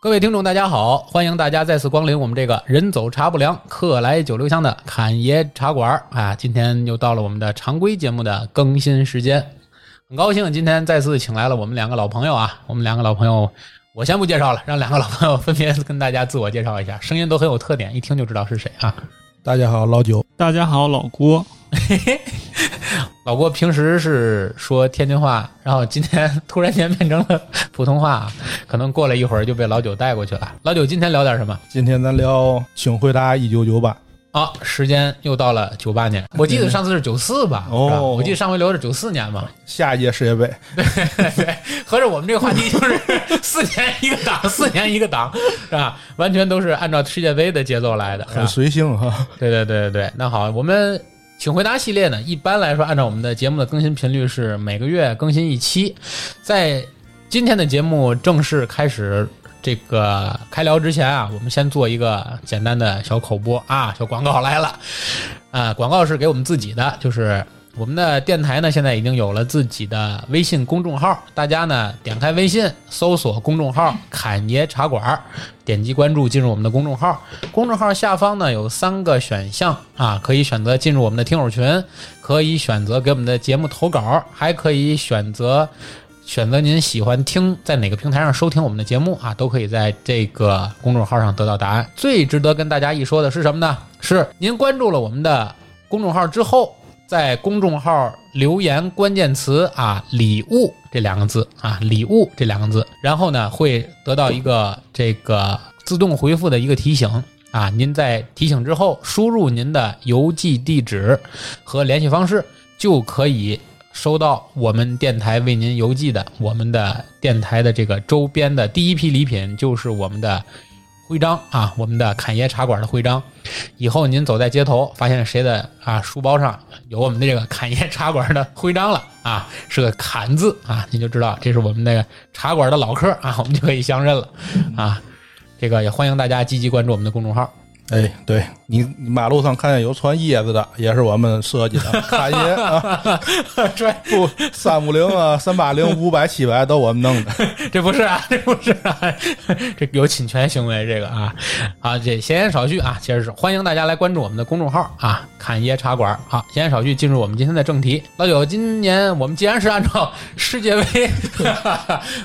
各位听众，大家好！欢迎大家再次光临我们这个“人走茶不凉，客来酒留香”的侃爷茶馆儿啊！今天又到了我们的常规节目的更新时间，很高兴今天再次请来了我们两个老朋友啊！我们两个老朋友，我先不介绍了，让两个老朋友分别跟大家自我介绍一下，声音都很有特点，一听就知道是谁啊！大家好，老九，大家好，老郭，老郭平时是说天津话，然后今天突然间变成了普通话，可能过了一会儿就被老九带过去了。老九，今天聊点什么？今天咱聊，请回答一九九八。啊，时间又到了九八年，我记得上次是九四吧？哦是吧我记得上回聊的是九四年嘛。下一届世界杯，对，合着我们这个话题就是四年一个档，四年一个档，是吧？完全都是按照世界杯的节奏来的，是吧很随性哈。对对对对对。那好，我们请回答系列呢，一般来说按照我们的节目的更新频率是每个月更新一期，在今天的节目正式开始。这个开聊之前啊，我们先做一个简单的小口播啊，小广告来了。啊，广告是给我们自己的，就是我们的电台呢，现在已经有了自己的微信公众号，大家呢点开微信搜索公众号“侃爷茶馆儿”，点击关注进入我们的公众号。公众号下方呢有三个选项啊，可以选择进入我们的听友群，可以选择给我们的节目投稿，还可以选择。选择您喜欢听在哪个平台上收听我们的节目啊，都可以在这个公众号上得到答案。最值得跟大家一说的是什么呢？是您关注了我们的公众号之后，在公众号留言关键词啊“礼物”这两个字啊“礼物”这两个字，然后呢会得到一个这个自动回复的一个提醒。啊，您在提醒之后输入您的邮寄地址和联系方式，就可以收到我们电台为您邮寄的我们的电台的这个周边的第一批礼品，就是我们的徽章啊，我们的侃爷茶馆的徽章。以后您走在街头，发现谁的啊书包上有我们的这个侃爷茶馆的徽章了啊，是个“侃”字啊，您就知道这是我们那个茶馆的老客啊，我们就可以相认了啊。这个也欢迎大家积极关注我们的公众号。哎，对你你马路上看见有穿椰子的，也是我们设计的，侃爷啊， 这不三五零啊，三八零、五百、七百都我们弄的。 这不是啊，这不是啊，这有侵权行为，这个啊，啊，这闲言少叙啊，接着是欢迎大家来关注我们的公众号啊，侃爷茶馆。好，闲言少叙，进入我们今天的正题。老九，今年我们既然是按照 世界杯，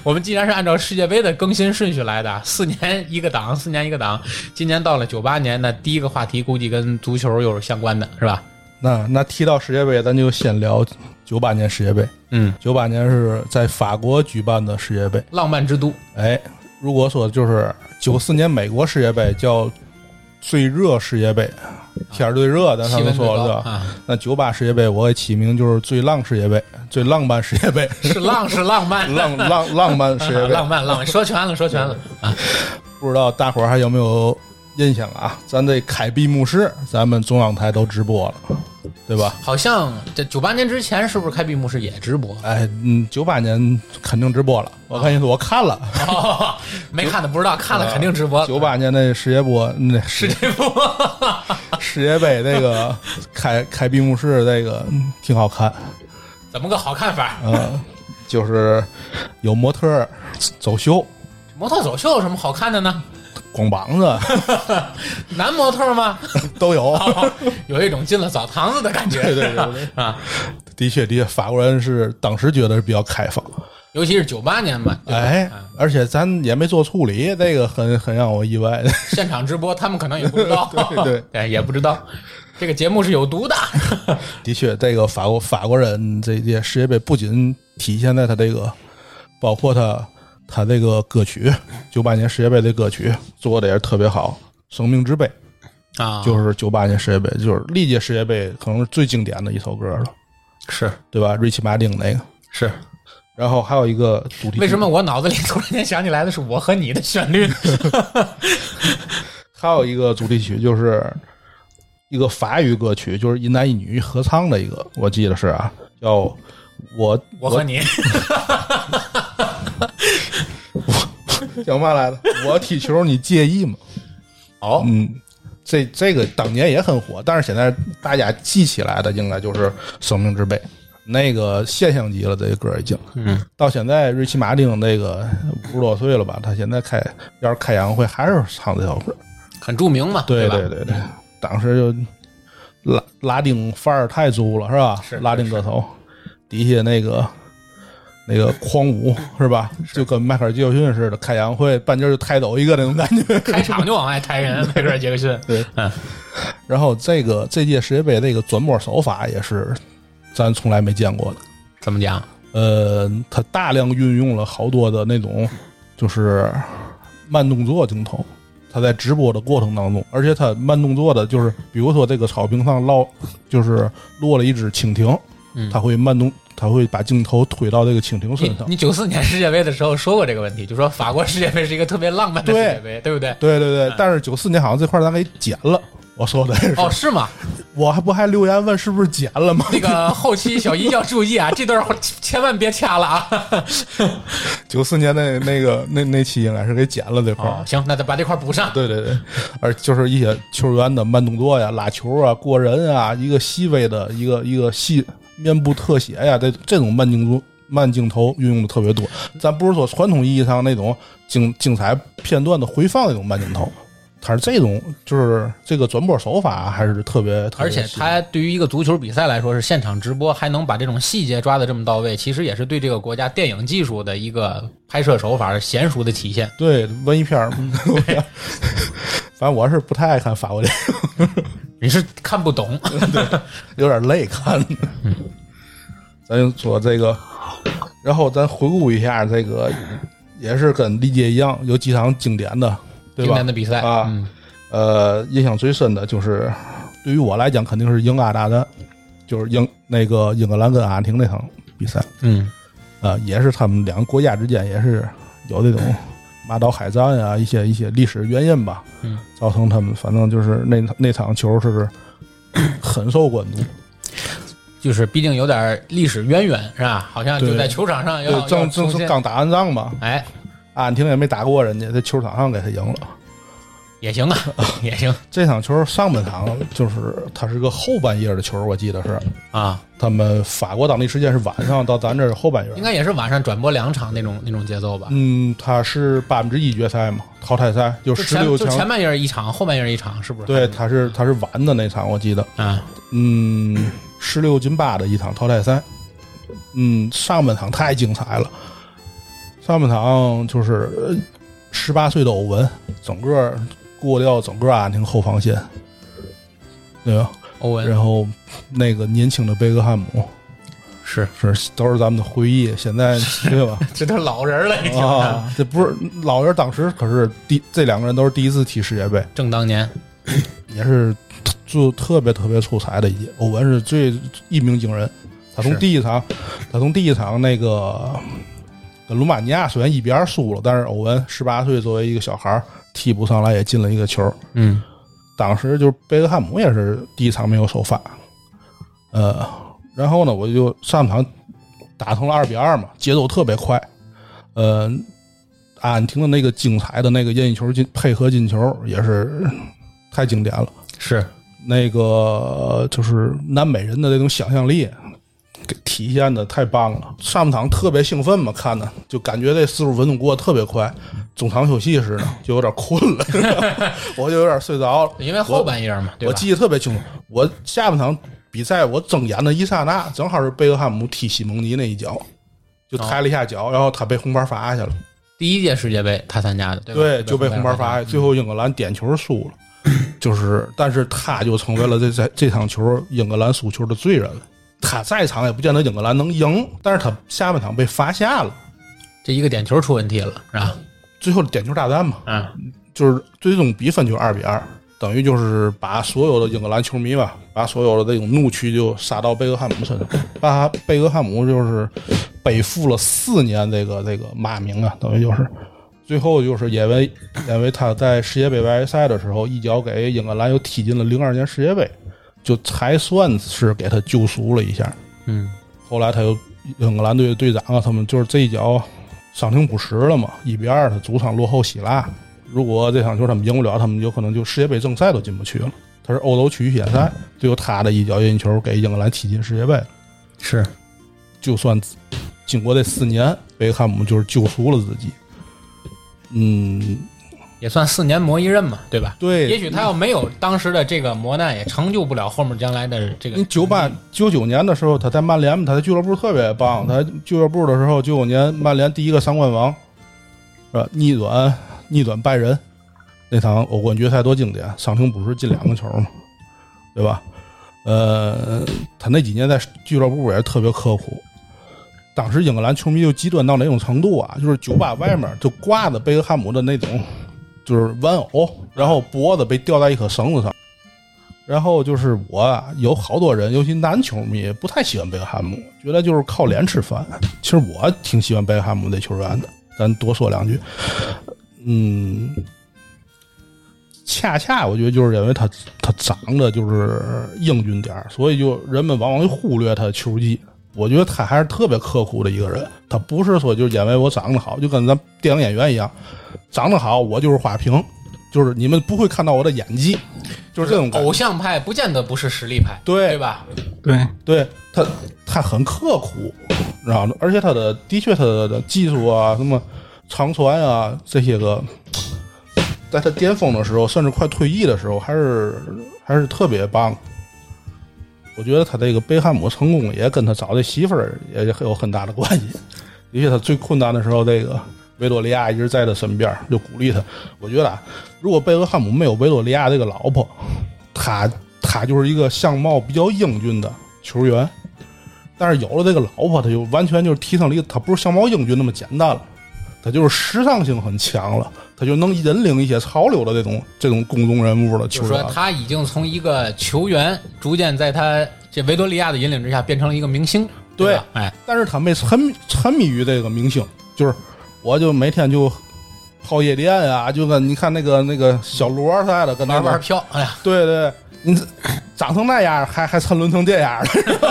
我们既然是按照世界杯的更新顺序来的，四年一个档，四年一个档，今年到了九八年，那第一个话题估计跟足球又是相关的，是吧？那那提到世界杯，咱就先聊九八年世界杯。嗯，九八年是在法国举办的世界杯。浪漫之都，哎，如果说就是九四年美国世界杯叫最热世界杯，天儿最热的，他气们温最说高了吧啊，那九八世界杯我给起名就是最浪世界杯，最浪漫世界杯，是浪是浪 漫，浪浪浪漫世界杯。浪漫浪漫，说全了说全了啊。不知道大伙儿还有没有印象啊？咱这凯闭幕式，咱们中央台都直播了，对吧？好像这九八年之前是不是开闭幕式也直播？哎，嗯，九八年肯定直播了。我跟你说，我看了哦，没看的不知道，看了肯定直播。九八年那世界波，那世界这不 世界杯那个凯凯闭幕式那个嗯挺好看，怎么个好看法？嗯，就是有模特儿走秀、模特走秀有什么好看的呢？ 光膀子 男模特吗？都有。哦有一种进了澡堂子的感觉。对对对对 啊，的确，的确，法国人是当时觉得是比较开放，尤其是九八年嘛，对吧啊哎，而且咱也没做处理，这个很很让我意外。现场直播他们可能也不知道，对啊对 对，也不知道这个节目是有毒的。 的确，这个法国法国人这届世界杯不仅体现在他这个，包括他他这个歌曲，九八年世界杯的歌曲做的也是特别好，《生命之杯》啊，就是九八年世界杯，就是历届世界杯可能是最经典的一首歌了，是对吧？瑞奇马丁那个，是，然后还有一个主题曲为什么我脑子里突然间想起来的是我和你的旋律？还有一个主题曲就是一个法语歌曲，就是一男一女合唱的一个，我记得是啊，叫我我和你。叫嘛来着？ 我踢球你介意吗？哦，嗯，这这个当年也很火，但是现在大家记起来的应该就是《生命之杯》。那个现象级了，这个歌已经。嗯，到现在瑞奇马丁那个五十多岁了吧？他现在开要是开演唱会还是唱这首歌。很著名嘛，对吧？对对对，当时就拉拉丁范儿太足了，是吧？是拉丁歌手底下那个那个狂舞是吧？就跟迈克尔·杰克逊似的，开演唱会半截儿就抬走一个那种感觉。开场就往外抬人，迈克尔·杰克逊。对，嗯，然后这个这届世界杯那个转播手法也是咱从来没见过的。怎么讲？呃，他大量运用了好多的那种就是慢动作镜头。他在直播的过程当中，而且他慢动作的，就是比如说这个草坪上落，就是落了一只蜻蜓，嗯他会慢动，他会把镜头推到这个蜻蜓身 你上。你九四年世界杯的时候说过这个问题，就说法国世界杯是一个特别浪漫的世对界杯，对不对？对对对，但是九四年好像这块儿咱给剪了。我说的是，哦，是 吗？我还不还留言问是不是剪了吗？那个后期小姨要注意啊，这段儿千万别掐了啊！九四年那那个那那期应该是给剪了这块儿。 哦，行，那再把这块儿补上。 对对对，而就是一些球员的慢动作呀、拉球啊、过人啊，一个细微的一个一个细面部特写呀，这这种慢镜头慢镜头运用的特别多。咱不是说传统意义上那种精精彩片段的回放那种慢镜头，它是这种就是这个转播手法还是特别，特别而且细他对于一个足球比赛来说是现场直播，还能把这种细节抓得这么到位，其实也是对这个国家电影技术的一个拍摄手法娴熟的体现。对文艺 片儿， 反正我是不太爱看法国电影，你是看不懂，有点累看。咱就说这个，然后咱回顾一下这个，也是跟历届一样，有几场经典的，对今吧年？的比赛啊嗯呃，印象最深的就是，对于我来讲，肯定是英阿大战，就是英那个英格兰跟阿根廷那场比赛，嗯，啊，也是他们两个国家之间也是有这种马岛海战啊，一些一些历史原因吧，嗯，造成他们反正就是那那场球是 很受关注，就是毕竟有点历史渊源是吧？好像就对在球场上要对，正要重正新是刚打完仗嘛，哎阿根廷也没打过人家，在球场上给他赢了。也行啊， 也行这场球上半场就是它是个后半夜的球，我记得是啊，他们法国当地时间是晚上，到咱这儿是后半夜。应该也是晚上转播两场那种那种节奏吧。嗯，它是八分之一决赛嘛，淘汰赛就就十前六就前强。半夜一场，后半夜一场，是不是？对，它是它是晚的那场，我记得，啊，嗯，十六进八的一场淘汰赛。嗯，上半场太精彩了，上半场就是呃十八岁的欧文，整个过掉整个阿根廷后防线，对吧？欧文然后那个年轻的贝克汉姆 是，是都是咱们的回忆，现在对吧？这都老人了已经。啊，这不是老人当时可是第这两个人都是第一次踢世界杯，正当年，也是特就特别特别出彩的一届。欧文是最一鸣惊人，他从是第一场，他从第一场那个跟罗马尼亚虽然一比二输了，但是欧文十八岁作为一个小孩儿替补上来也进了一个球，嗯，当时就是贝克汉姆也是第一场没有首发，呃，然后呢，我就上场打成了二比二嘛，节奏特别快，呃，阿根廷的那个精彩的那个任意球进配合进球也是太经典了，是那个呃就是南美人的那种想象力。给体现的太棒了，上半场特别兴奋嘛，看的就感觉这四十分钟过得特别快，中场休息时呢就有点困了， 我就有点睡着了。因为后半夜嘛，对我吧？记得特别清楚，我下半场比赛我睁眼的一刹那，正好是贝克汉姆踢西蒙尼那一脚，就哦抬了一下脚，然后他被红牌罚下去了，第一届世界杯他参加的，对吧？对，就被红牌罚下。下。最后英格兰点球输了，就是，但是他就成为了这这这场球英格兰输球的罪人了。他在场也不见得英格兰能赢，但是他下半场被罚下了，这一个点球出问题了，是吧？最后点球大战嘛，嗯，就是最终比分就二比二，等于就是把所有的英格兰球迷吧，把所有的这种怒气就撒到贝克汉姆身上，把贝克汉姆就是背负了四年这个这个骂名啊，等于就是最后就是因为因为他在世界杯外围赛的时候一脚给英格兰又踢进了零二年世界杯，就才算是给他救赎了一下。嗯，后来他又英格兰队的队长啊，他们就是这一脚伤停补时了嘛，一比二，他主场落后希腊。如果这场球他们赢不了，他们有可能就世界杯正赛都进不去了。他是欧洲区预选赛，最后他的一脚任意球给英格兰踢进世界杯了。是就算经过这四年，贝克汉姆就是救赎了自己。嗯，也算四年磨一刃嘛，对吧？对也许他要没有当时的这个磨难，也成就不了后面将来的这个因为。九八九九年的时候，他在曼联，他的俱乐部特别棒。他俱乐部的时候，九九年曼联第一个三冠王，是吧？逆转逆转拜仁，那场欧冠决赛多经典，伤停补时进两个球嘛，对吧？呃，他那几年在俱乐部也是特别刻苦。当时英格兰球迷就极端到哪种程度啊？就是酒吧外面就挂着贝克汉姆的那种，就是玩偶，然后脖子被吊在一颗绳子上。然后就是我啊，有好多人，尤其男球迷不太喜欢贝克汉姆，觉得就是靠脸吃饭。其实我挺喜欢贝克汉姆这球员的，咱多说两句。嗯，恰恰我觉得就是因为他他长得就是英俊点儿所以就人们往往就忽略他的球技。我觉得他还是特别刻苦的一个人，他不是说就是因为我长得好，就跟咱电影演员一样，长得好我就是花瓶，就是你们不会看到我的演技，就是这种感觉。偶像派不见得不是实力派，对对吧？对，嗯对他，他很刻苦，然后而且他的的确他的技术啊，什么长传啊这些个，在他巅峰的时候，甚至快退役的时候，还是还是特别棒。我觉得他这个贝克汉姆成功也跟他找这媳妇儿也有很大的关 系。的确，他最困难的时候，这个维多利亚一直在他身边，就鼓励他。我觉得啊，如果贝克汉姆没有维多利亚这个老婆，他他就是一个相貌比较英俊的球员，但是有了这个老婆，他就完全就是提升了一个，他不是相貌英俊那么简单了，他就是时尚性很强了，他就能引领一些潮流的这种这种公众人物的就球是员说了。他已经从一个球员，逐渐在他这维多利亚的引领之下，变成了一个明星。对吧，哎，但是他们沉沉迷于这个明星，就是我就每天就泡夜店啊，就跟你看那个那个小罗似的，跟那玩个玩飘，哎呀，对对，你这长成那样，还还沉沦成这样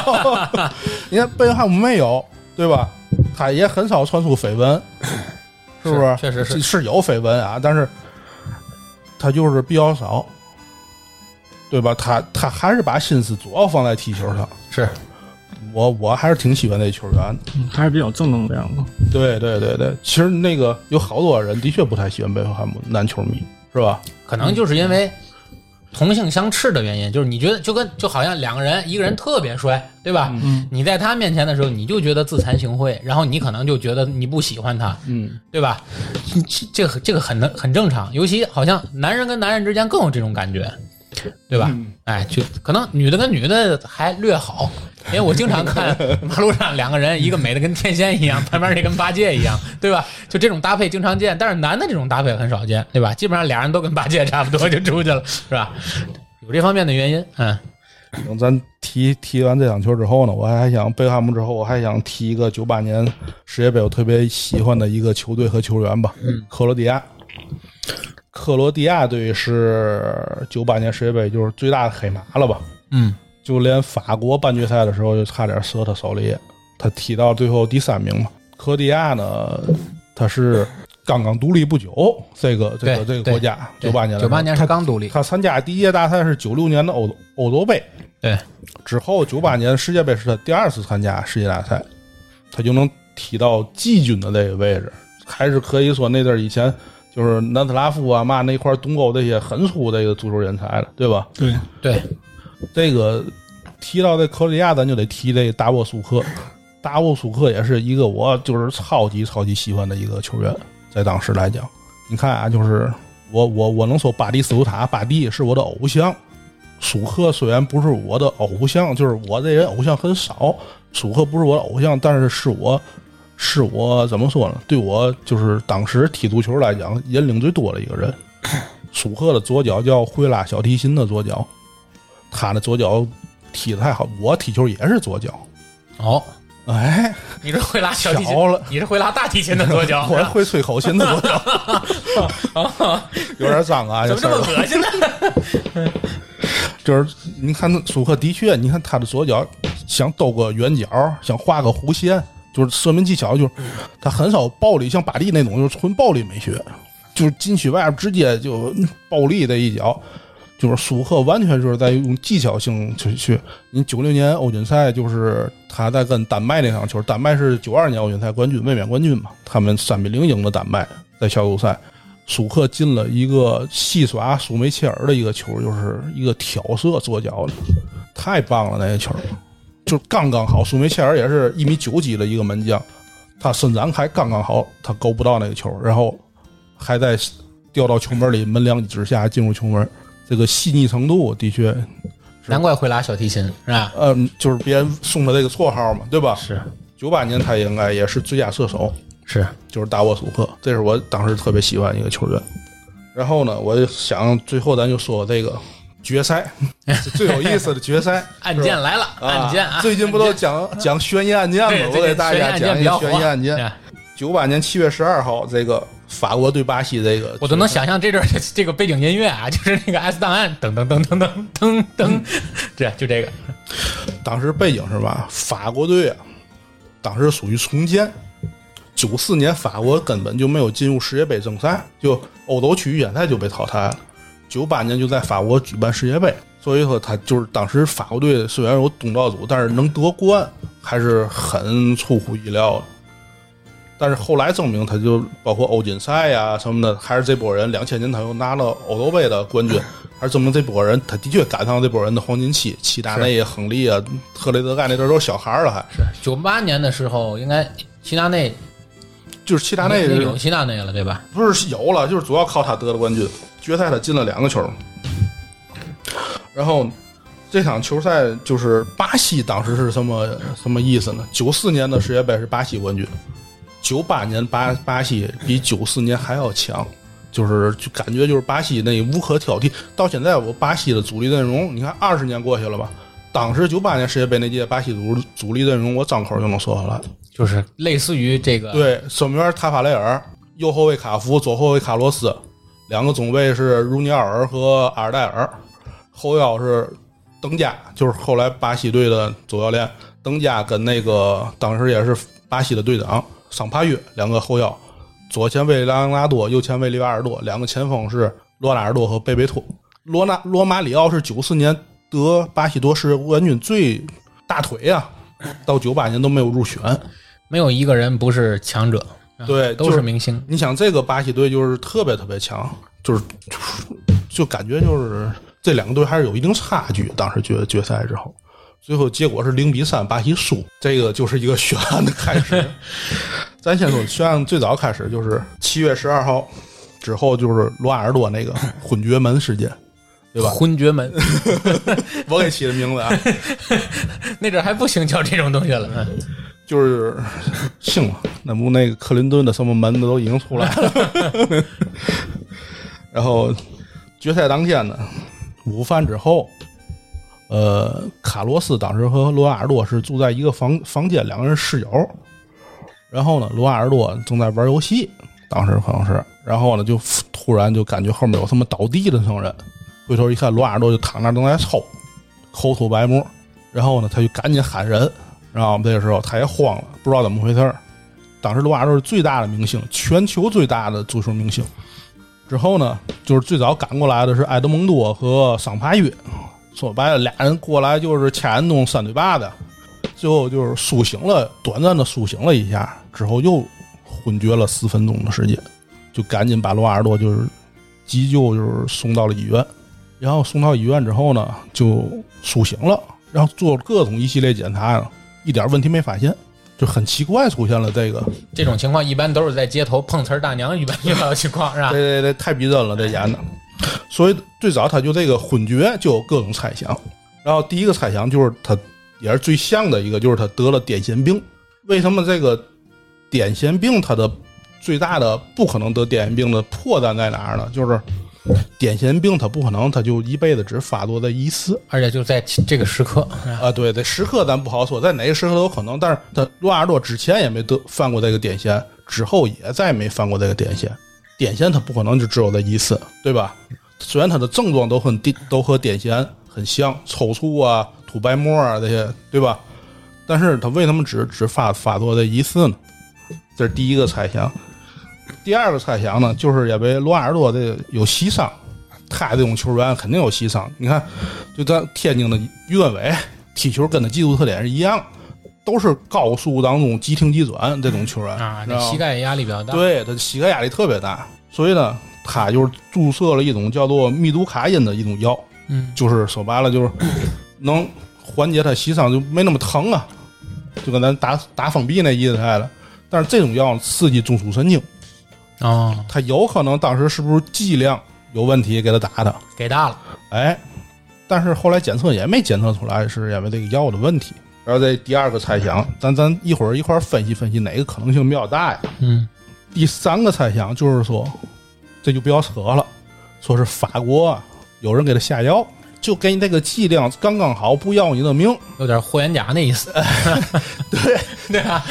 了。你看贝克汉姆没有，对吧？他也很少传出绯闻，是不是？确实是是是有绯闻啊，但是他就是比较少，对吧？他他还是把心思主要放在踢球上。是我我还是挺喜欢那球员的。啊嗯还是比较正能量的。对对对对，其实那个有好多人的确不太喜欢贝克汉姆，男球迷是吧？可能就是因为同性相斥的原因，就是你觉得就跟就好像两个人，一个人特别帅，对吧？嗯，你在他面前的时候，你就觉得自惭形秽，然后你可能就觉得你不喜欢他，嗯，对吧？这这个这个很很正常，尤其好像男人跟男人之间更有这种感觉，对吧？哎，就可能女的跟女的还略好，因为我经常 看马路上两个人，一个美的跟天仙一样， 旁边这跟八戒一样，对吧？就这种搭配经常见，但是男的这种搭配很少见，对吧？基本上俩人都跟八戒差不多就出去了，是吧？有这方面的原因，嗯，等 咱踢踢完这场球之后呢，我还想贝克汉姆之后，我还想提一个九八年世界杯我特别喜欢的一个球队和球员吧，克罗地亚。克罗地亚队是九八年世界杯就是最大的黑马了吧？嗯，就连法国半决赛的时候就差点折他手里，他踢到最后第三名嘛。克罗地亚呢，他是刚刚独立不久，这个这对个这个国家九八年的时九候八年是刚独立，他参加第一届大赛是九六年的欧欧洲杯，对，之后九八年世界杯是他第二次参加世界大赛，他就能踢到季军的这个位置，还是可以说那阵儿以前就是南斯拉夫啊嘛那块儿东欧这些很出这个足球人才了，对吧？对，对，这个提到这克罗地亚，咱就得提这达沃苏克。达沃苏克也是一个我就是超级超级喜欢的一个球员，在当时来讲，你看啊，就是我我我能说巴蒂斯图塔，巴蒂是我的偶像。舒克虽然不是我的偶像，就是我这人偶像很少，舒克不是我的偶像，但是是我是我怎么说呢？对我就是当时踢足球来讲引领最多的一个人。舒克的左脚叫惠拉小提琴的左脚，他的左脚踢得太好，我踢球也是左脚。哦，哎，你是会拉小提琴巧了，你是会拉大提琴的左 脚， 啊我会吹口琴的左脚， 有点脏啊，怎这么事这儿么恶心呢？就是你看那舒克的确，你看他的左脚想兜个圆角，想画个弧线，就是射门技巧，就是他很少暴力，像巴蒂那种就是纯暴力美学，就是禁区外边直接就暴力的一脚。就是苏克完全就是在用技巧性去去。你九六年欧锦赛就是他在跟丹麦那场球，丹麦是九二年欧锦赛冠军、卫冕冠军嘛，他们三比零赢了丹麦，在小组赛。苏克进了一个戏耍苏梅切尔的一个球，就是一个挑射左脚的，太棒了那个球，就刚刚好。苏梅切尔也是一米九几的一个门将，他伸展开刚刚好，他勾不到那个球，然后还在掉到球门里，门梁之下进入球门，这个细腻程度的确，难怪会拉小提琴是吧？嗯，就是别人送他这个绰号嘛，对吧？是九八年他应该也是最佳射手，是，就是大沃苏克，这是我当时特别喜欢一个球员。然后呢，我想最后咱就说这个决赛， 最有意思的决赛案件是吧来了， 案件啊，最近不都讲讲悬疑案件对吗？我给大家讲一个 悬疑案。最近悬疑比较火嗯哎件。对九八年七月十二号，这个法国对巴西这个，我都能想象这阵儿 这个背景音乐啊，就是那个 S 档案，噔噔噔噔噔噔噔，这就这个当时背景是吧？法国队啊，当时属于重建。九四年法国根本就没有进入世界杯正赛，就欧洲区预选赛就被淘汰了。九八年就在法国举办世界杯，所以说他就是当时法国队虽然有东道主，但是能夺冠还是很出乎意料的。但是后来证明，他就包括欧锦赛呀、什么的，还是这波人。两千年他又拿了欧洲杯的冠军，还是证明这波人，他的确赶上这波人的黄金期。齐达内、亨利啊、特雷德盖那阵儿都是小孩儿了还，是九八年的时候，应该齐达内就是齐达内已经有齐达内了，对吧？不是有了，就是主要靠他得了冠军。决赛他进了两个球，然后这场球赛就是巴西当时是什么什么意思呢？九四年的世界杯是巴西冠军，九八年巴巴西比九四年还要强。就是就感觉就是巴西那无可挑剔，到现在我巴西的主力阵容，你看二十年过去了吧？当时九八年世界杯那届巴西主主力阵容，我张口就能说出来。就是类似于这个，对，守门员塔法雷尔，右后卫卡夫，左后卫卡洛斯，两个中卫是儒尼奥尔和阿尔代尔，后腰是登加，就是后来巴西队的总教练登加跟那个当时也是巴西的队长桑帕约两个后腰，左前卫莱昂纳多，右前卫里瓦尔多，两个前锋是罗纳尔多和贝贝托。罗纳罗马里奥是九四年得巴西夺世界冠军最大腿呀、到九八年都没有入选。没有一个人不是强者，啊对都就是是明星。你想这个巴西队就是特别特别强，就是就感觉就是这两个队还是有一定差距。当时决决赛之后，最后结果是零比三，巴西输。这个就是一个悬案的开始。 咱先说悬案最早开始就是七月十二号之后，就是罗纳尔多那个昏厥门事件，对吧？昏厥门我给起的名字啊， 那阵儿还不兴叫这种东西了，嗯就是 姓嘛，那不那个克林顿的什么门子都已经出来了。 然后决赛当天呢，午饭之后，呃，卡洛斯当时和罗纳尔多是住在一个房房间，两个人室友。然后呢，罗纳尔多正在玩游戏，当时可能是，然后呢就突然就感觉后面有什么倒地的声人，回头一看，罗纳尔多就躺那儿正在抽，口吐白沫。然后呢，他就赶紧喊人，然后这个时候他也慌了，不知道怎么回事儿。当时罗纳尔多是最大的明星，全球最大的足球明星。之后呢，就是最早赶过来的是埃德蒙多和桑帕约，说白了，俩人过来就是掐人中三对八的。最后就是苏醒了，短暂的苏醒了一下，之后又昏厥了四分钟的时间，就赶紧把罗纳尔多就是急救，就是送到了医院。然后送到医院之后呢，就苏醒了，然后做各种一系列检查呀，一点问题没发现，就很奇怪出现了这个，这种情况一般都是在街头碰瓷儿大娘一般遇到的情况是吧这？这这太逼真了，这演的。所以最早他就这个昏厥就有各种猜想，然后第一个猜想就是他也是最像的一个，就是他得了癫痫病。为什么这个癫痫病它的最大的不可能得癫痫病的破绽在哪儿呢？就是癫痫病它不可能，它就一辈子只发作在一次。而且就在这个时刻，是吧啊，对对，时刻咱不好说，在哪个时刻都有可能。但是他罗纳尔多之前也没得犯过这个癫痫，之后也再没犯过这个癫痫。癫痫他不可能就只有这一次，对吧？虽然他的症状都很癫，都和癫痫很像，抽搐啊、吐白沫啊这些，对吧？但是他为什么只只发发作这一次呢？这是第一个猜想。第二个猜想呢，就是也为罗纳尔多这个有膝伤，他这种球员肯定有牺牲。你看，就咱天津的于根伟踢球跟他技术特点是一样，都是高速当中急停急转这种球员啊，你知这道吗膝盖压力比较大。对他膝盖压力特别大，所以呢，他就是注射了一种叫做密度卡因的一种药，嗯，就是说白了就是 能缓解他膝伤，就没那么疼啊，就跟咱打打封闭那意思来了。但是这种药刺激中枢神经，哦，他有可能当时是不是剂量有问题给他打的？给大了。哎，但是后来检测也没检测出来是因为这个药的问题。然后这第二个猜想，咱咱一会儿一块儿分析分析哪个可能性比较大呀？嗯第三个猜想就是说，这就不要扯了，说是法国啊有人给他下药，就给你这个剂量刚刚好，不要你的命。，有点霍元甲那意 思。 对对吧？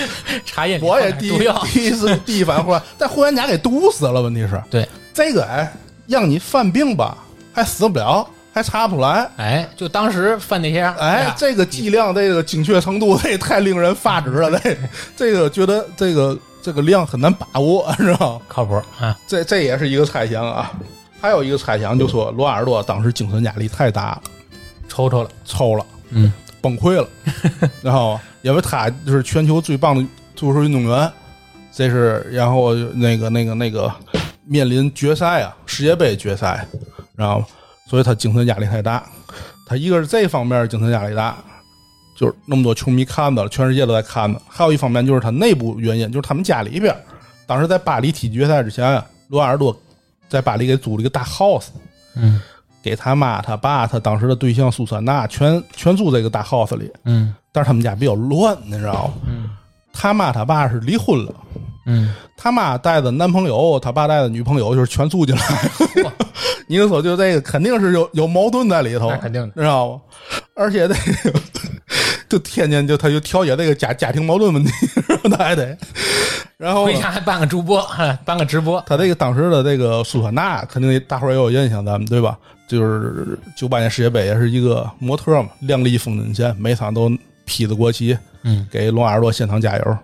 茶叶里我也放第点 一毒药第一次第一反应忽然，但霍元甲给毒死了。问题 是，对，这个哎，让你犯病吧，还死不了，还查不出来。哎，就当时犯那些，啊哎，呀这个剂量，这个精确程度，这也太令人发指了。这这个觉得这个这个量很难把握，是吧？靠谱啊！这这也是一个猜想啊。还有一个猜想，就说罗纳尔多当时精神压力太大了，抽抽了，抽了，嗯，崩溃了，然后因为他就是全球最棒的足球运动员，这是然后那个那个那个面临决赛啊，世界杯决赛，然后所以他精神压力太大，他一个是这方面精神压力大。就是那么多球迷看到了，全世界都在看呢。还有一方面就是他内部原因，就是他们家里边儿，当时在巴黎踢决赛之前啊，罗纳尔多在巴黎给租了一个大 house，嗯给他妈、他爸、他当时的对象苏珊娜全全住这个大 house 里，嗯但是他们家比较乱，你知道吗？嗯他妈他爸是离婚了，嗯，他妈带的男朋友，他爸带的女朋友就是全住进来。 你就说就这个肯定是有有矛盾在里头，那肯定的知道吗？而且这个 就天天就他就调解这个家家庭矛盾问题， 他还得，然后呢回家还办个主播，哎办个直播，他这个当时的这个苏珊娜，肯定大伙儿也有印象，咱们对吧？就是九八年世界杯也是一个模特嘛，靓丽风景线，每场都披着国旗，嗯，给罗纳尔多现场加油。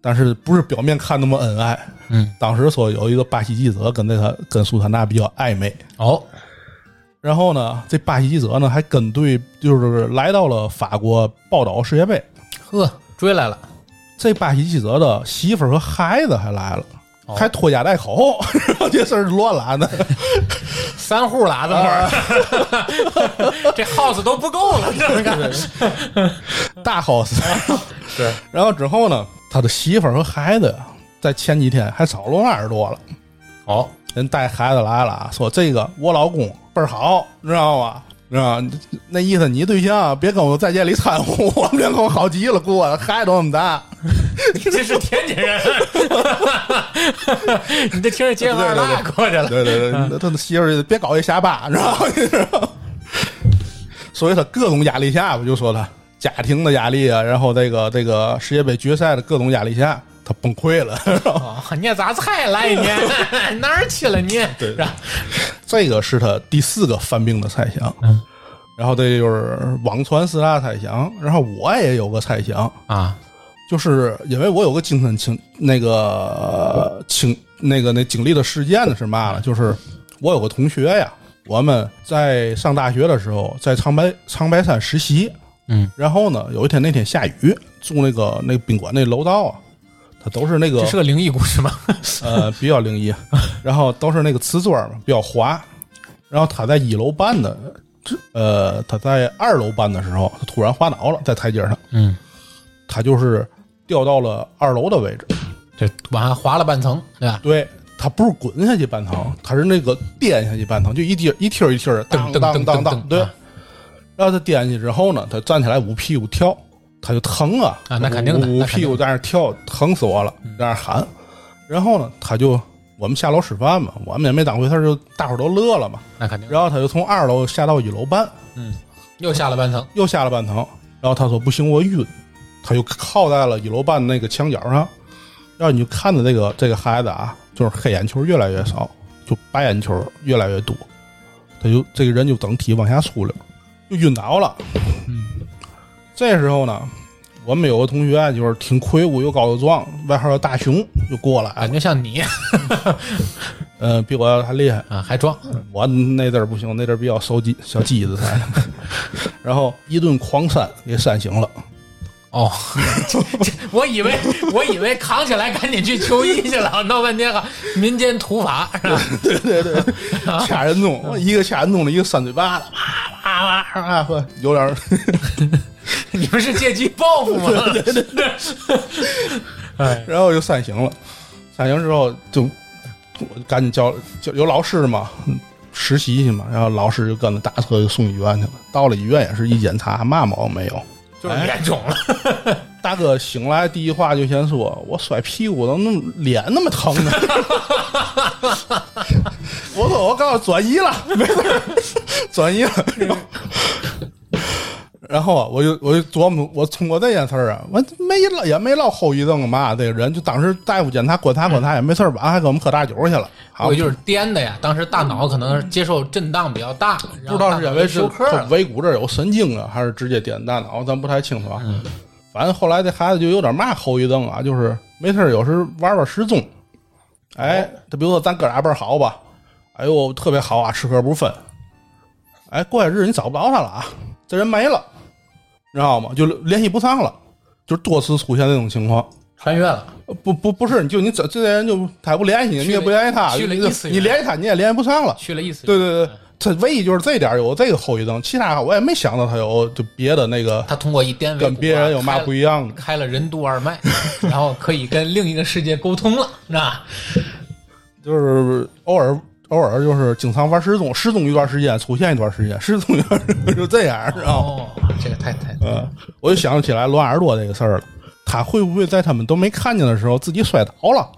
但是不是表面看那么恩爱？嗯，当时说有一个巴西记者跟那个跟苏珊娜比较暧昧，哦，然后呢，这巴西记者呢还跟队就是来到了法国报道世界杯，呵，追来了，这巴西记者的媳妇儿和孩子还来了，哦还拖家带口， 这事儿乱啊来的。三户了啊，这会儿，啊 这 house 都不够了，这 是大 house。是，然后之后呢，他的媳妇儿和孩子在前几天还找罗纳尔多了，哦，人带孩子来了啊，说这个我老公倍儿好，知道吗？知道吗那意思，你对象啊别跟我在夜里掺和，我们两口好极了，过的孩子都那么大，这是天津人， 你这听着街坊二大过去了，对对对，那他的媳妇儿别搞一瞎巴，知道吗？你知道吗 所以他各种压力下，我就说他家庭的压力啊，然后这个这个世界杯决赛的各种压力下，他崩溃了，知道吗？哦，你咋才来 你？哪儿去了你？对然后这个是他第四个犯病的猜想。嗯然后这就是网传四大猜想。然后我也有个猜想，啊，就是因为我有个精神经那个经那个那经历的事件呢是嘛呢？就是我有个同学呀，我们在上大学的时候在长白长白山实习，嗯，然后呢有一天那天下雨，住那个那个宾馆那楼道啊，它都是那个这是个灵异故事吗？呃，比较灵异， 然后都是那个瓷砖嘛，比较滑。然后他在一楼办的，这呃，他在二楼办的时候，他突然滑倒了，在台阶上，嗯，他就是掉到了二楼的位置。 这往下滑了半层，对吧？对他不是滚下去半嗯层，他是那个颠下去半层，就一跌一踢一踢，当当当当，啊对。然后他颠下去之后呢，他站起来捂屁股跳，他就疼啊啊那肯定的嗯捂那捂肯定屁股在那儿跳，疼死我了，在那儿喊。然后呢，他就我们下楼吃饭嘛，我们也没当回事儿，就大伙儿都乐了嘛。那肯定然后他就从二楼下到一楼半，又下了半层，又下了半层。然后他说不行，我晕，他就靠在了一楼半那个墙角上。然后你就看着这个这个孩子啊，就是黑眼球越来越少，就白眼球越来越多，他就这个人就整体往下出溜，就晕倒了。这时候呢，我们有个同学啊就是挺魁梧又高又壮，外号叫大熊，就过来了感觉像你嗯，比我还厉害。啊，还装我那阵儿不行，那阵儿比较烧鸡小鸡子 菜，然后一顿狂扇给扇醒了。 哦，我以为我以为扛起来赶紧去求医去了，闹半天哈，民间土法是吧？对对对，掐人弄，一个掐人弄的，一个扇嘴巴子，啪啪啪啪啪，有点儿啊你们是借机报复吗？哎，然后就散行了。散行之后就我赶紧叫叫有老师嘛，实习去嘛，然后老师就跟着大车就送医院去了。到了医院也是一检查，嘛毛病没有。 就是脸肿了，大哥醒来第一话就先说：“我摔屁股，怎么那么脸那么疼 呢？”我说：“我告诉转移了，没事儿，转移了。然后”然后啊，我就我就琢磨，我通过这件事儿啊，我没落也没落后遗症嘛。这个人就当时大夫检查观察观察也没事儿，晚上还给我们喝大酒去了。好我，就是颠的呀。当时大脑可能是接受震荡比较大，不知道是因为是休克了。尾骨这儿有神经啊，还是直接点大脑，咱不太清楚啊。嗯反正后来这孩子就有点嘛后遗症啊，就是没事儿有时玩玩失踪。哎，哦他比如说咱哥俩倍儿好吧，哎呦特别好啊，吃喝不分。哎，过些日子你找不着他了啊，这人没了，你知道吗？就联系不上了，就多次出现这种情况。穿越了，不不不是，你就你这这些人就他也不联系你，去了你也不联系他，去了你就异次元你联系他你也联系不上了。去了一次。对对对，他唯一就是这点儿有这个后遗症，其他我也没想到他有就别的那个他通过一颠尾骨啊跟别人有嘛开了不一样的。开了任督二脉， 然后可以跟另一个世界沟通了，是吧？就是偶尔偶尔就是经常玩失踪，失踪一段时间，出现一段时间，失踪一段时间就这样，知道吗？哦，这个太太嗯，我就想起来罗纳尔多这个事儿了，他会不会在他们都没看见的时候自己摔倒了，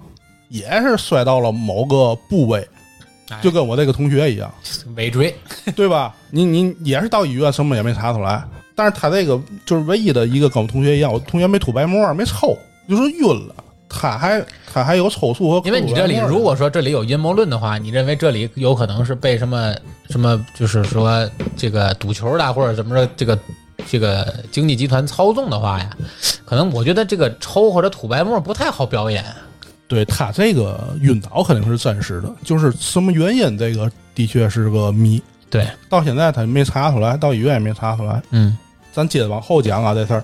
也是摔到了某个部位哎，就跟我这个同学一样。尾椎对吧？你你也是到医院什么也没查出来，但是他这个就是唯一的一个跟我同学一样，我同学没吐白沫，没抽，就说晕了。他还他还有抽搐和因为你这里吐白沫如果说这里有阴谋论的话，你认为这里有可能是被什么什么，就是说这个赌球的或者怎么着这个。这个经济集团操纵的话呀，可能我觉得这个抽或者吐白沫不太好表演。对他这个晕倒肯定是真实的，就是什么原因这个的确是个谜，对，到现在他没查出来，到医院也没查出来。嗯，咱接着往后讲啊这事儿。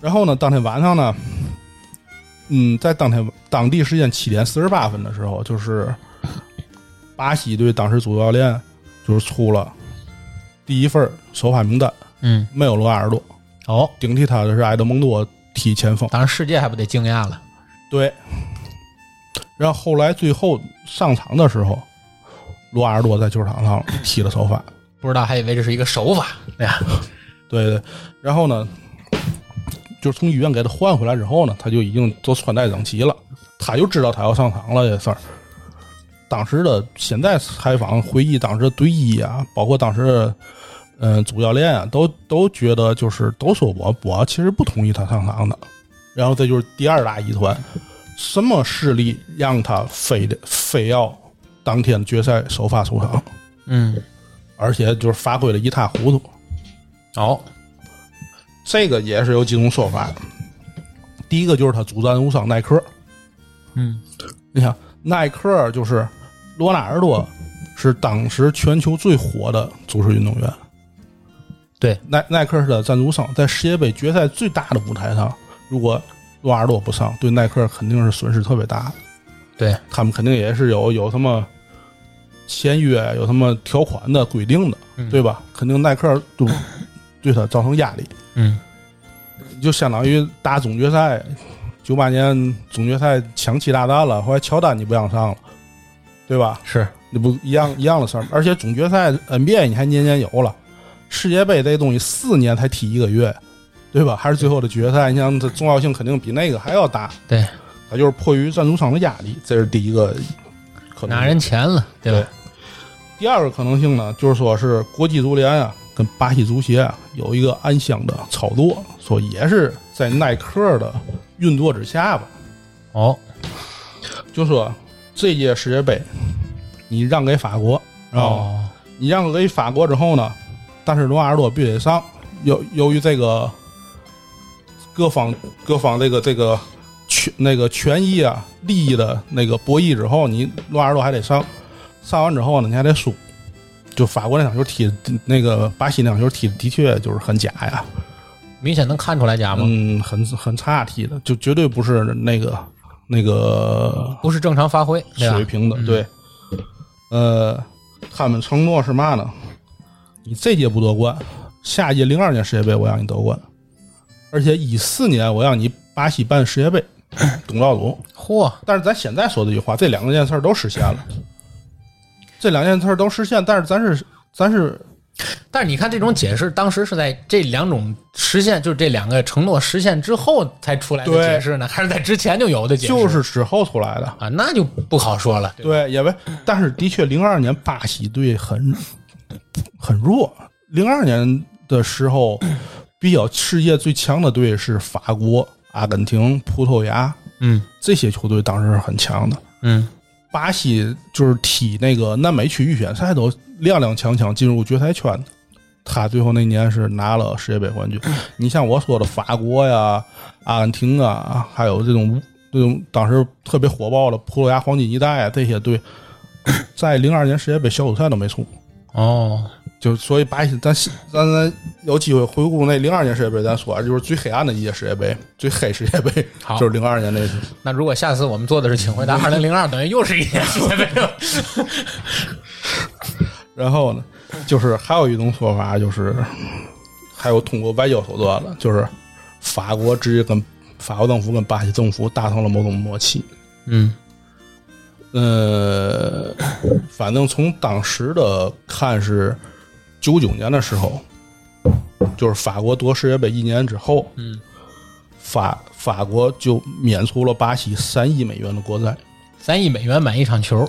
然后呢，当天晚上呢，嗯，在当天当地时间七点四十八分的时候，就是巴西队当时主教练就是出了第一份首发名单，嗯，没有罗纳尔多，哦，顶替他的是埃德蒙多踢前锋。当然世界还不得惊讶了，对，然后后来最后上场的时候，罗纳尔多在球场上踢了首发。不知道还以为这是一个手法。哎呀，对对，然后呢，就是从医院给他换回来之后呢，他就已经都穿戴整齐了，他就知道他要上场了这事儿。当时的现在采访回忆当时的队医啊，包括当时的嗯、呃主教练啊，都都觉得就是都说我我其实不同意他上场的。然后这就是第二大疑团，什么势力让他非得非要当天决赛首发出场，嗯，而且就是发挥的一塌糊涂。哦，这个也是有几种说法。第一个就是他主战无伤耐克，嗯，你想耐克就是罗纳尔多是当时全球最火的足球运动员，对，耐耐克是他的赞助商，在世界杯决赛最大的舞台上，如果罗纳尔多不上，对耐克肯定是损失特别大的。对，他们肯定也是有有什么签约、啊有什么条款的规定的，嗯对吧？肯定耐克就对他造成压力。嗯，就相当于打总决赛，九八年总决赛抢七大战了，后来乔丹你不让上了，对吧？是，你不一样一样的事儿吗，而且总决赛 NBA 你还年年有了，世界杯这东西四年才踢一个月，对吧？还是最后的决赛，你想这重要性肯定比那个还要大。对，他就是迫于赞助商的压力，这是第一个可能拿。人钱了，对吧？第二个可能性呢，就是说是国际足联啊跟巴西足协啊有一个暗箱的操作，说也是在耐克的运作之下吧，哦，就说这届世界杯你让给法国，然后哦，你让给法国之后呢，但是罗纳尔多必须得上，由由于这个各方各方这个这个。权那个权益啊、利益的那个博弈之后，你乱二斗还得上，上完之后呢，你还得输。就法国那场球踢，那个巴西那场球踢的确就是很假呀，明显能看出来家啊吗？嗯，很很差踢的，就绝对不是那个那个不是正常发挥，对吧嗯水平的，对。呃，他们承诺是嘛呢？你这届不夺冠，下届零二年世界杯我让你夺冠，而且一四年我让你巴西办世 界杯，东道主。嚯，但是咱现在说这句话，这两件事儿都 实现了，这两件事儿都实现，但是咱是咱是但是你看这种解释，当时是在这两种实现，就是这两个承诺实现之后才出来的对解释呢，还是在之前就有的解释？就是之后出来的，啊，那就不好说了。对，也没，但是的确，零二年巴西队很 很弱。零二年的时候，比较世界最强的队是法国、阿根廷、葡萄牙嗯这些球队，当时是很强的。嗯，巴西就是踢那个南美区预选赛都踉踉跄跄进入决赛圈的。他最后那年是拿了世界杯冠军。你像我说的法国呀、阿根廷啊，还有这种这种当时特别火爆的葡萄牙黄金一代啊，这些队，在零二年世界杯小组赛都没出。哦，就所以巴西，咱咱咱有机会回顾那零二年世界杯，咱说啊就是最黑暗的一届世界杯，最黑世界杯好就是零二年那次。那如果下次我们做的是请回答嗯二零零二，等于又是一 年世界杯了。然后呢，就是还有一种说法，就是还有通过外交手段了，就是法国直接跟法国政府跟巴西政府达成了某种默契。嗯呃，反正从当时的看是九九年的时候，就是法国夺世界杯一年之后，嗯，法法国就免除了巴西三亿美元的国债，三亿美元买一场球，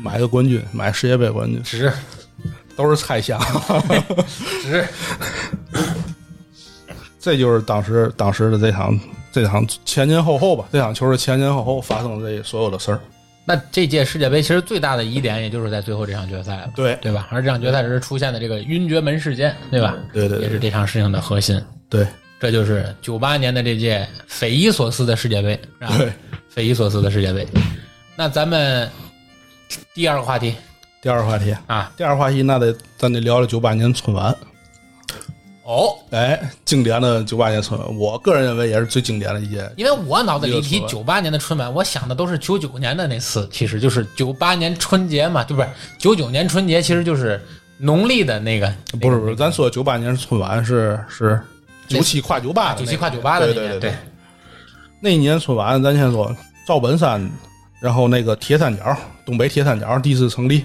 买个冠军，买世界杯冠军，值都是猜想。值。这就是当时当时的这场这场前前后后吧，这场球是前前后后发生的这所有的事儿。那这届世界杯其实最大的疑点，也就是在最后这场决赛了，对对吧？而这场决赛只是出现的这个晕厥门事件，对吧？对对也对是这场事情的核心。对这就是九八年的这届匪夷所思的世界杯，是吧？对。匪夷所思的世界杯。那咱们第二个话题第二个话题，啊，第二个话题那得咱得聊聊九八年春晚，哦，哎，经典的九八年春晚，我个人认为也是最经典的一届。因为我脑子里提一个九春八年的春晚，我想的都是九九年的那次，其实就是九八年春节嘛，对不是？九九年春节其实就是农历的那个，不是不是，咱说九八年春晚是是九七跨九八的那九个，七跨九八的那对年，对对。那一年春晚，咱先说赵本山，然后那个铁三角，东北铁三角第一次成立，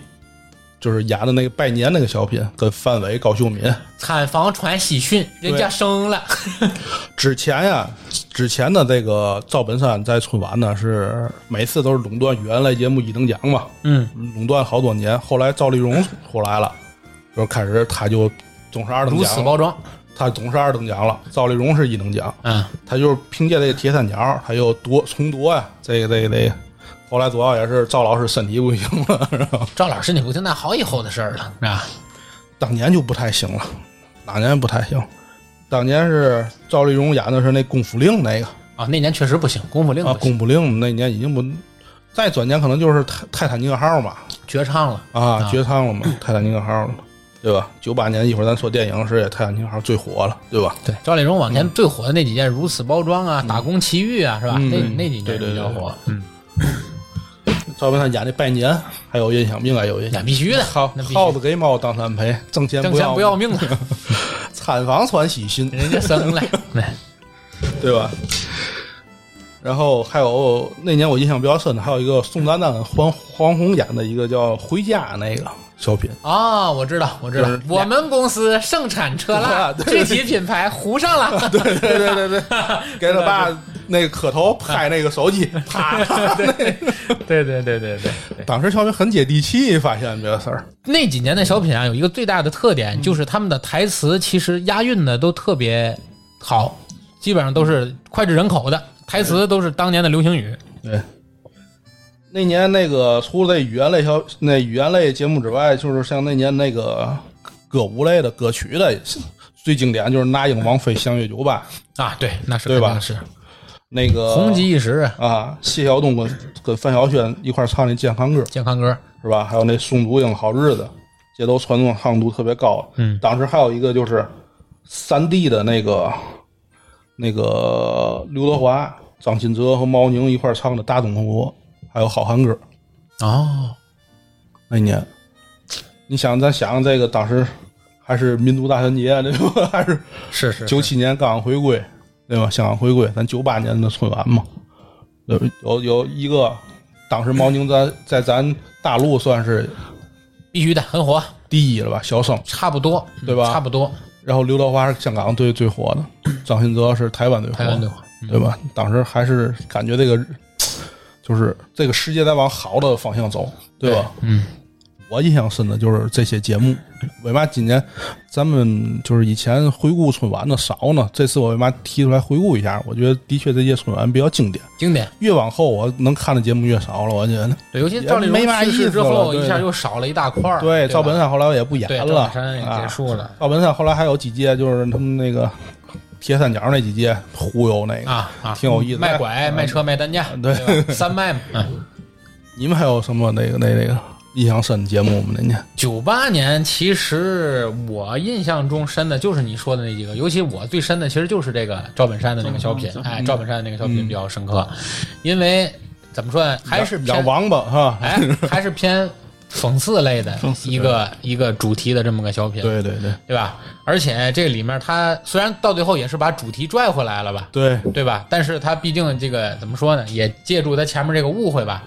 就是演的那个拜年那个小品，跟范伟、高秀敏。产房传喜讯，人嗯家生了，之前呀，之前的这个赵本山在春晚呢是每次都是垄断原来节目一等奖嘛，嗯，垄断好多年。后来赵丽蓉出来了，就开始他就总是二等如此奖了，包装，他总是二等奖了。赵丽蓉是一等奖，嗯，他就是凭借这个铁三角，他又夺重夺呀，这个这个这个。后来主要也是赵老师身体不行了， 然后赵老师你不听那好以后的事儿了，是吧？当年就不太行了，当年不太行。当年是赵丽蓉演的是那《功夫令》那个，啊，那年确实不行，功夫令啊，不行，公布令那年已经不，再转年可能就是泰泰坦尼克号嘛，绝唱了，啊，绝唱 了嘛，泰坦尼克号了嘛，对吧？九八年一会儿咱说电影时也泰坦尼克号最火了，对吧？对，赵丽蓉往前最火的那几件，如此包装啊，打工奇遇啊，是吧？嗯那嗯那几对年对比较对火，嗯，赵本山演的拜年还有印象，应该有印那象。必须的，耗那必须耗子给猫当三陪，挣钱挣钱不要要命哎了，产房传喜讯，人家生 了，对对吧？然后还有那年我印象比较深的，还有一个宋丹丹跟黄黄宏演的一个叫《回家》那个小品，哦，我知道，我知道就是，啊我们公司盛产车蜡，具对体品牌糊上 了，对对对 对对对，给他爸那个磕头拍那个手机，啪！对对对对对。当时小品很接地气，发现这个事儿。 那几年的小品啊，有一个最大的特嗯点，就是他们的台词其实押韵的都特别好，基本上都是脍炙人口的台词，都是当年的流行语。对，那年那个除了这语言类小那语言类节目之外，就是像那年那个歌舞类的歌曲的，最经典就是那英王菲《相约酒吧啊，对，那是对吧肯定是，》，那个红极一时，啊，谢晓东跟跟范晓萱一块儿唱那健康歌健康歌，是吧？还有那宋祖英《好日子》，这都传统唱度特别高。嗯，当时还有一个就是三 D 的那个那个刘德华、张信哲和毛宁一块儿唱的《大中国》，还有《好汉歌》哦，那一年。你想，咱想想这个当时还是民族大团结，啊对吧？ 还是是是九七年刚刚回归，对吧？香港回归，咱九八年的春晚嘛，有有有一个，当时毛宁在在咱大陆算是必须的，很火，第一了吧，小生。差不多，嗯对吧差不多，然后刘德华是香港最最火 的，张信哲是台湾最火，台湾队伍，嗯对吧？当时还是感觉这个就是这个世界在往好的方向走，对吧？嗯，我印象深的就是这些节目。为嘛今年咱们就是以前回顾春晚的少呢？这次我为嘛提出来回顾一下？我觉得的确这届春晚比较经典。经典。越往后我能看的节目越少了，我觉得。对，尤其赵丽蓉没嘛去意世思之了后，对一下又少了一大块儿。对，吧赵本山后来也不演对赵了本，山也结啊，束了赵本山后来还有几届，就是他们那个铁三角那几届忽悠那个。啊啊，挺有意思的嗯卖拐、卖车、卖担架，对 对吧？三卖嘛。嗯，你们还有什么那个那那个印象深的节目吗？那年九八年其实我印象中深的就是你说的那几个，尤其我最深的其实就是这个赵本山的那个小品赵，本山嗯哎，赵本山的那个小嗯品比较深刻，因为怎么说呢，还是养偏王八哈？哎，还是偏讽刺类的讽刺一个一个主题的这么个小品，对对对对吧？而且这里面他虽然到最后也是把主题拽回来了吧，对，对吧？但是他毕竟这个怎么说呢，也借助他前面这个误会吧，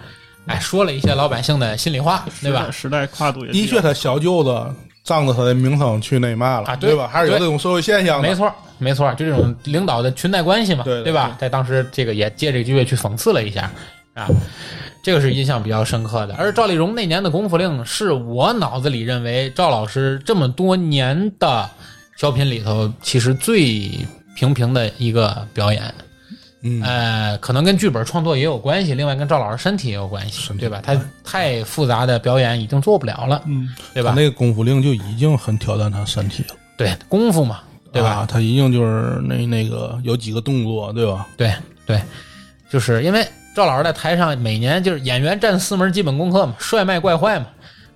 哎，说了一些老百姓的心里话，对吧？时代时代跨度也的确，他小舅子仗着他的名声去那嘛了，啊对对吧？还是有对这种社会现象的。没错，没错，就这种领导的裙带关系嘛，对对吧？在当时这个也借这个机会去讽刺了一下啊，这个是印象比较深刻的。而赵丽蓉那年的《功夫令》是我脑子里认为赵老师这么多年的小品里头，其实最平平的一个表演。嗯呃，可能跟剧本创作也有关系，另外跟赵老师身体也有关系，对吧？他太复杂的表演已经做不了了，嗯，对吧？那个功夫令就已经很挑战他身体了，对功夫嘛，对吧？啊他已经就是那那个有几个动作，对吧？对对，就是因为赵老师在台上每年就是演员占四门基本功课嘛，帅卖怪坏嘛，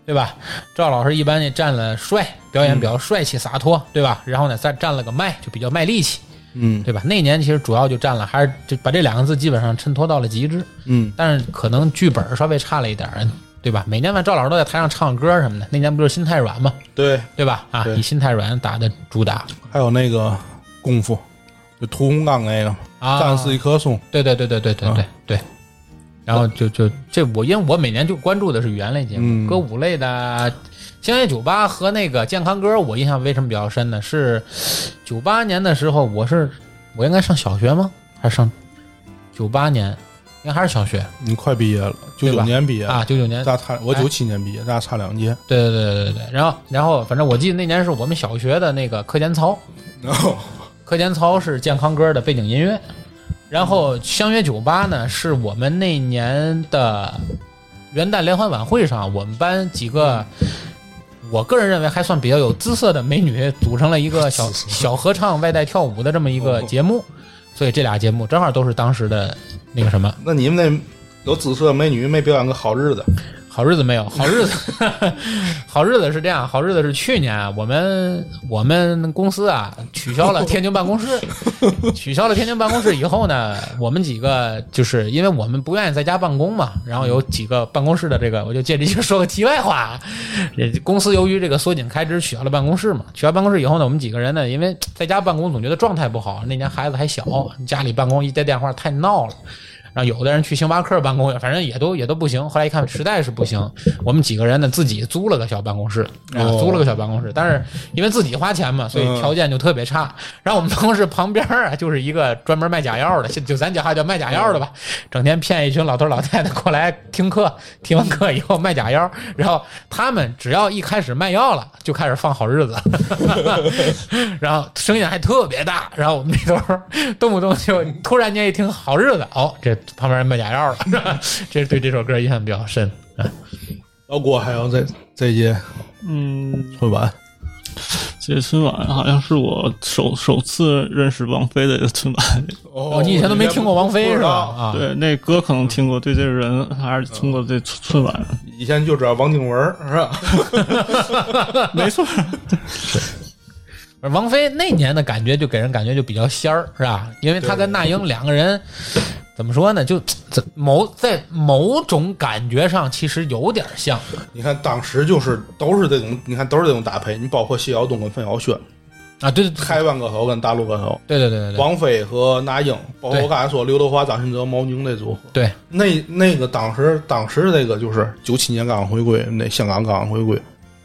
对吧？赵老师一般也占了帅，表演比较帅气洒脱，对吧？然后呢，再占了个卖，就比较卖力气，嗯对吧？那年其实主要就占了，还是就把这两个字基本上衬托到了极致。嗯，但是可能剧本稍微差了一点儿，对吧？每年吧，赵老师都在台上唱歌什么的，那年不就是心太软嘛，对，对吧？啊，对以心太软打的主打还有那个功夫，就屠洪刚那个啊，战士一棵松，对对对对对啊对对对。然后就就这我因为我每年就关注的是语言类节目，嗯歌舞类的《香烟酒吧》和那个健康歌，我印象为什么比较深呢？是九八年的时候，我是我应该上小学吗？还是上九八年？应该还是小学你快毕业了，九对九吧年毕业，啊，九九年咱差我哎九七年毕业，咱俩差两届。对对对对对对。然后然后，反正我记得那年是我们小学的那个课间操，然后课间操是健康歌的背景音乐，然后相约酒吧呢是我们那年的元旦联欢晚会上，我们班几个。我个人认为还算比较有姿色的美女组成了一个小小合唱外带跳舞的这么一个节目，所以这俩节目正好都是当时的那个什么那你们那有紫色美女没表演个好日子？好日子没有？好日子， 好日子是这样，好日子是去年啊我们我们公司啊取消了天津办公室，取消了天津办公室以后呢，我们几个就是因为我们不愿意在家办公嘛，然后有几个办公室的这个，我就借这机会说个题外话啊，也公司由于这个缩紧开支取消了办公室嘛，取消办公室以后呢，我们几个人呢，因为在家办公总觉得状态不好，那年孩子还小，家里办公一接电话太闹了。然后有的人去星巴克办公，反正也都也都不行。后来一看实在是不行，我们几个人呢自己租了个小办公室，啊，哦租了个小办公室。但是因为自己花钱嘛，所以条件就特别差。然后我们办公室旁边啊，就是一个专门卖假药的，现就咱讲话叫卖假药的吧，整天骗一群老头老太太过来听课，听完课以后卖假药，然后他们只要一开始卖药了，就开始放好日子， 然后声音还特别大，然后我们那头儿 动不动就突然间一听好日子，哦，这旁边人卖假药了， 是吧这是对这首歌印象比较深。老郭还有这这届嗯，春晚，其实春晚好像是我首首次认识王菲的一个春晚，哦，你以前都没听过王菲是吧？？啊，对那歌可能听过，对这个人还是通过这春春晚， 以前就知道王静文是吧？没 错，王菲那年的感觉就给人感觉就比较仙儿，是吧？因为她跟那英两个人怎么说呢，就怎某在某种感觉上其实有点像， 你看当时就是都是这种，你看都是这种搭配，你包括谢晓东跟范晓萱，啊，对对对台湾歌手跟大陆歌手，对对对对王菲和那英，包括对我刚才说刘德华、张信哲、毛宁那组合，对，那那个当时当时那个就是九七年刚刚回归，那香港刚刚回归，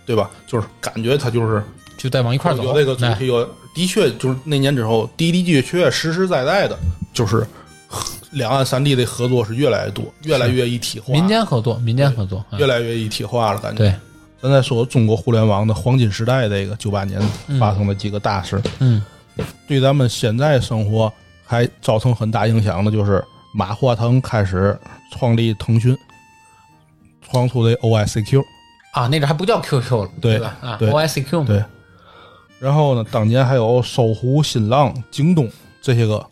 对吧？就是感觉他就是就再往一块儿走。有这个主哎题，有的确就是那年之后，滴滴的确实实在在的，就是和两岸三地的合作是越来越多，越来越一体化，民间合作，民间合作，嗯越来越一体化了，感觉。对，咱再说中国互联网的黄金时代，这个九八年发生的几个大事，嗯，对咱们现在生活还造成很大影响的，就是马化腾开始创立腾讯，创出的 OICQ。啊，那阵还不叫 QQ 了，对吧？啊对，OICQ 嘛，对，然后呢，当年还有搜狐、新浪、京东这些个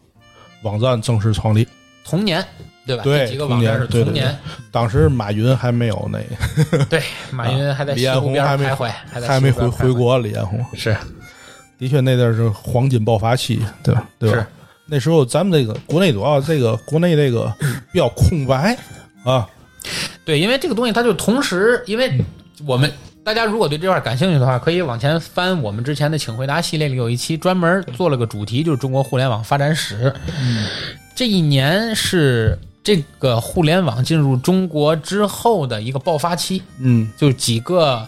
网站正式创立。童年，对吧？对这几个网站是童年对童年，当时马云还没有那，对，马云还在李西彦湖宏边还没徘徊，还在还没西湖回边回徘徊，国，李彦宏。是的确那阵儿是黄金爆发期，对吧？对吧？是那时候咱们这个国内主要这个国内这个比较空白啊，对，因为这个东西它就同时，因为我们大家如果对这块儿感兴趣的话，可以往前翻我们之前的《请回答》系列里有一期专门做了个主题，就是中国互联网发展史。这一年是这个互联网进入中国之后的一个爆发期，嗯，就几个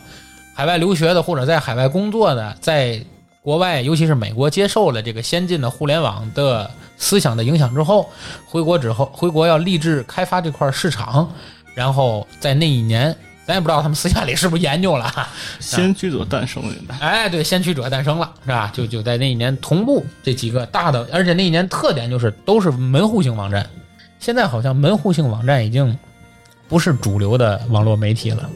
海外留学的或者在海外工作的，在国外，尤其是美国，接受了这个先进的互联网的思想的影响之后，回国之后，回国要立志开发这块市场，然后在那一年，咱也不知道他们私下里是不是研究了 啊，先驱者诞生的年代。哎，对，先驱者诞生了，是吧？就就在那一年同步这几个大的，而且那一年特点就是都是门户性网站。现在好像门户性网站已经不是主流的网络媒体了，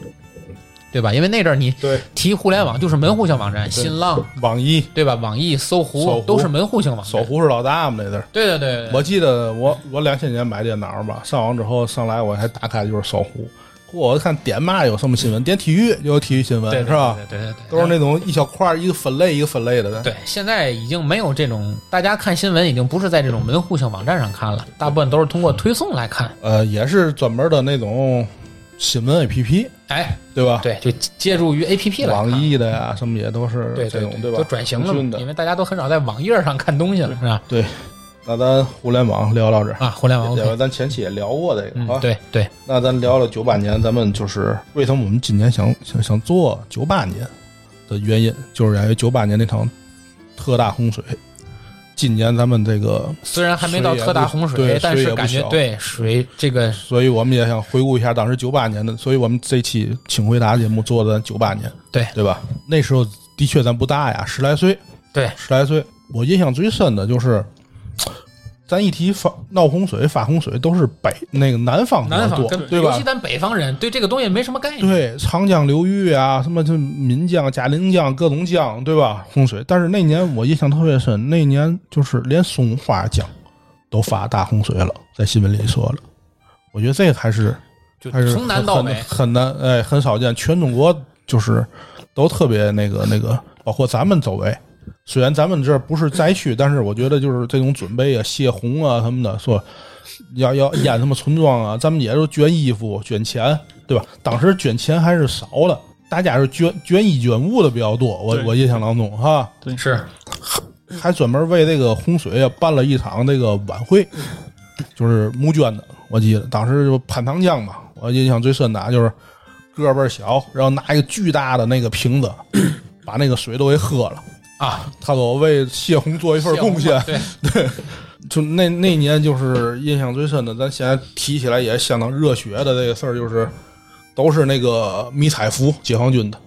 对吧？因为那阵儿你对，提互联网就是门户性网站，新浪网易、对吧？网易、搜搜狐狐都是门户性网站。搜，狐是老大嘛那阵儿。对对对对，我记得我我两千年买电脑吧，上网之后上来我还打开就是搜狐，我看点嘛有什么新闻，点体育就有体育新闻对对是吧？？对对对，对都是那种一小块儿一个分类一个分类的，对，现在已经没有这种，大家看新闻已经不是在这种门户性网站上看了，大部分都是通过推送来看。呃，也是专门的那种新闻 APP，哎，对吧？对，就借助于 A P P 来看。网易的呀、什么也都是对这对种，对吧？都转型了腾讯嘛，因的。为大家都很少在网页上看东西了，是吧？对，那咱互联网聊到这儿，啊，互联网对吧？ OK，咱前期也聊过这嗯个，啊。，对对，那咱聊了九八年，咱们就是为什么我们今年想想想做九八年的原因，就是源于九八年那场特大洪水。今年咱们这个，虽然还没到水也特大不洪水对，但水是也感不觉小对水这个所以我们也想回顾一下当时九八年的，所以我们这期请回答节目做的九八年，对对吧？那时候的确咱不大呀，十来岁，对十来岁。我印象最深的就是，咱一提发闹洪水、发洪水，都是北那个南方比较南方多，跟对尤吧其？咱北方人对这个东西没什么概念，对，长江流域啊，什么这岷江、嘉陵江各种江，对吧？洪水。但是那年我印象特别深，那年就是连松花江都发大洪水了，在新闻里说了。我觉得这个还是就还是从南到很北，很难，哎，很少见。全中国就是都特别那个那个，包括咱们周围。虽然咱们这儿不是灾区，但是我觉得就是这种准备啊、泄洪啊什么的，说要要淹什么村庄啊，咱们也都捐衣服、捐钱，对吧？当时捐钱还是少的，大家是捐捐衣捐物的比较多。我对我印象当中哈，对，是还专门为这个洪水啊办了一场这个晚会，就是募捐的。我记得当时就潘长江嘛，我印象最深的啊就是个儿倍儿小，然后拿一个巨大的那个瓶子，把那个水都给喝了。啊，他说为泄洪做一份贡献，对就那那年就是印象最深的。咱现在提起来也相当热血的这个事儿，就是都是那个迷彩服，解放军的。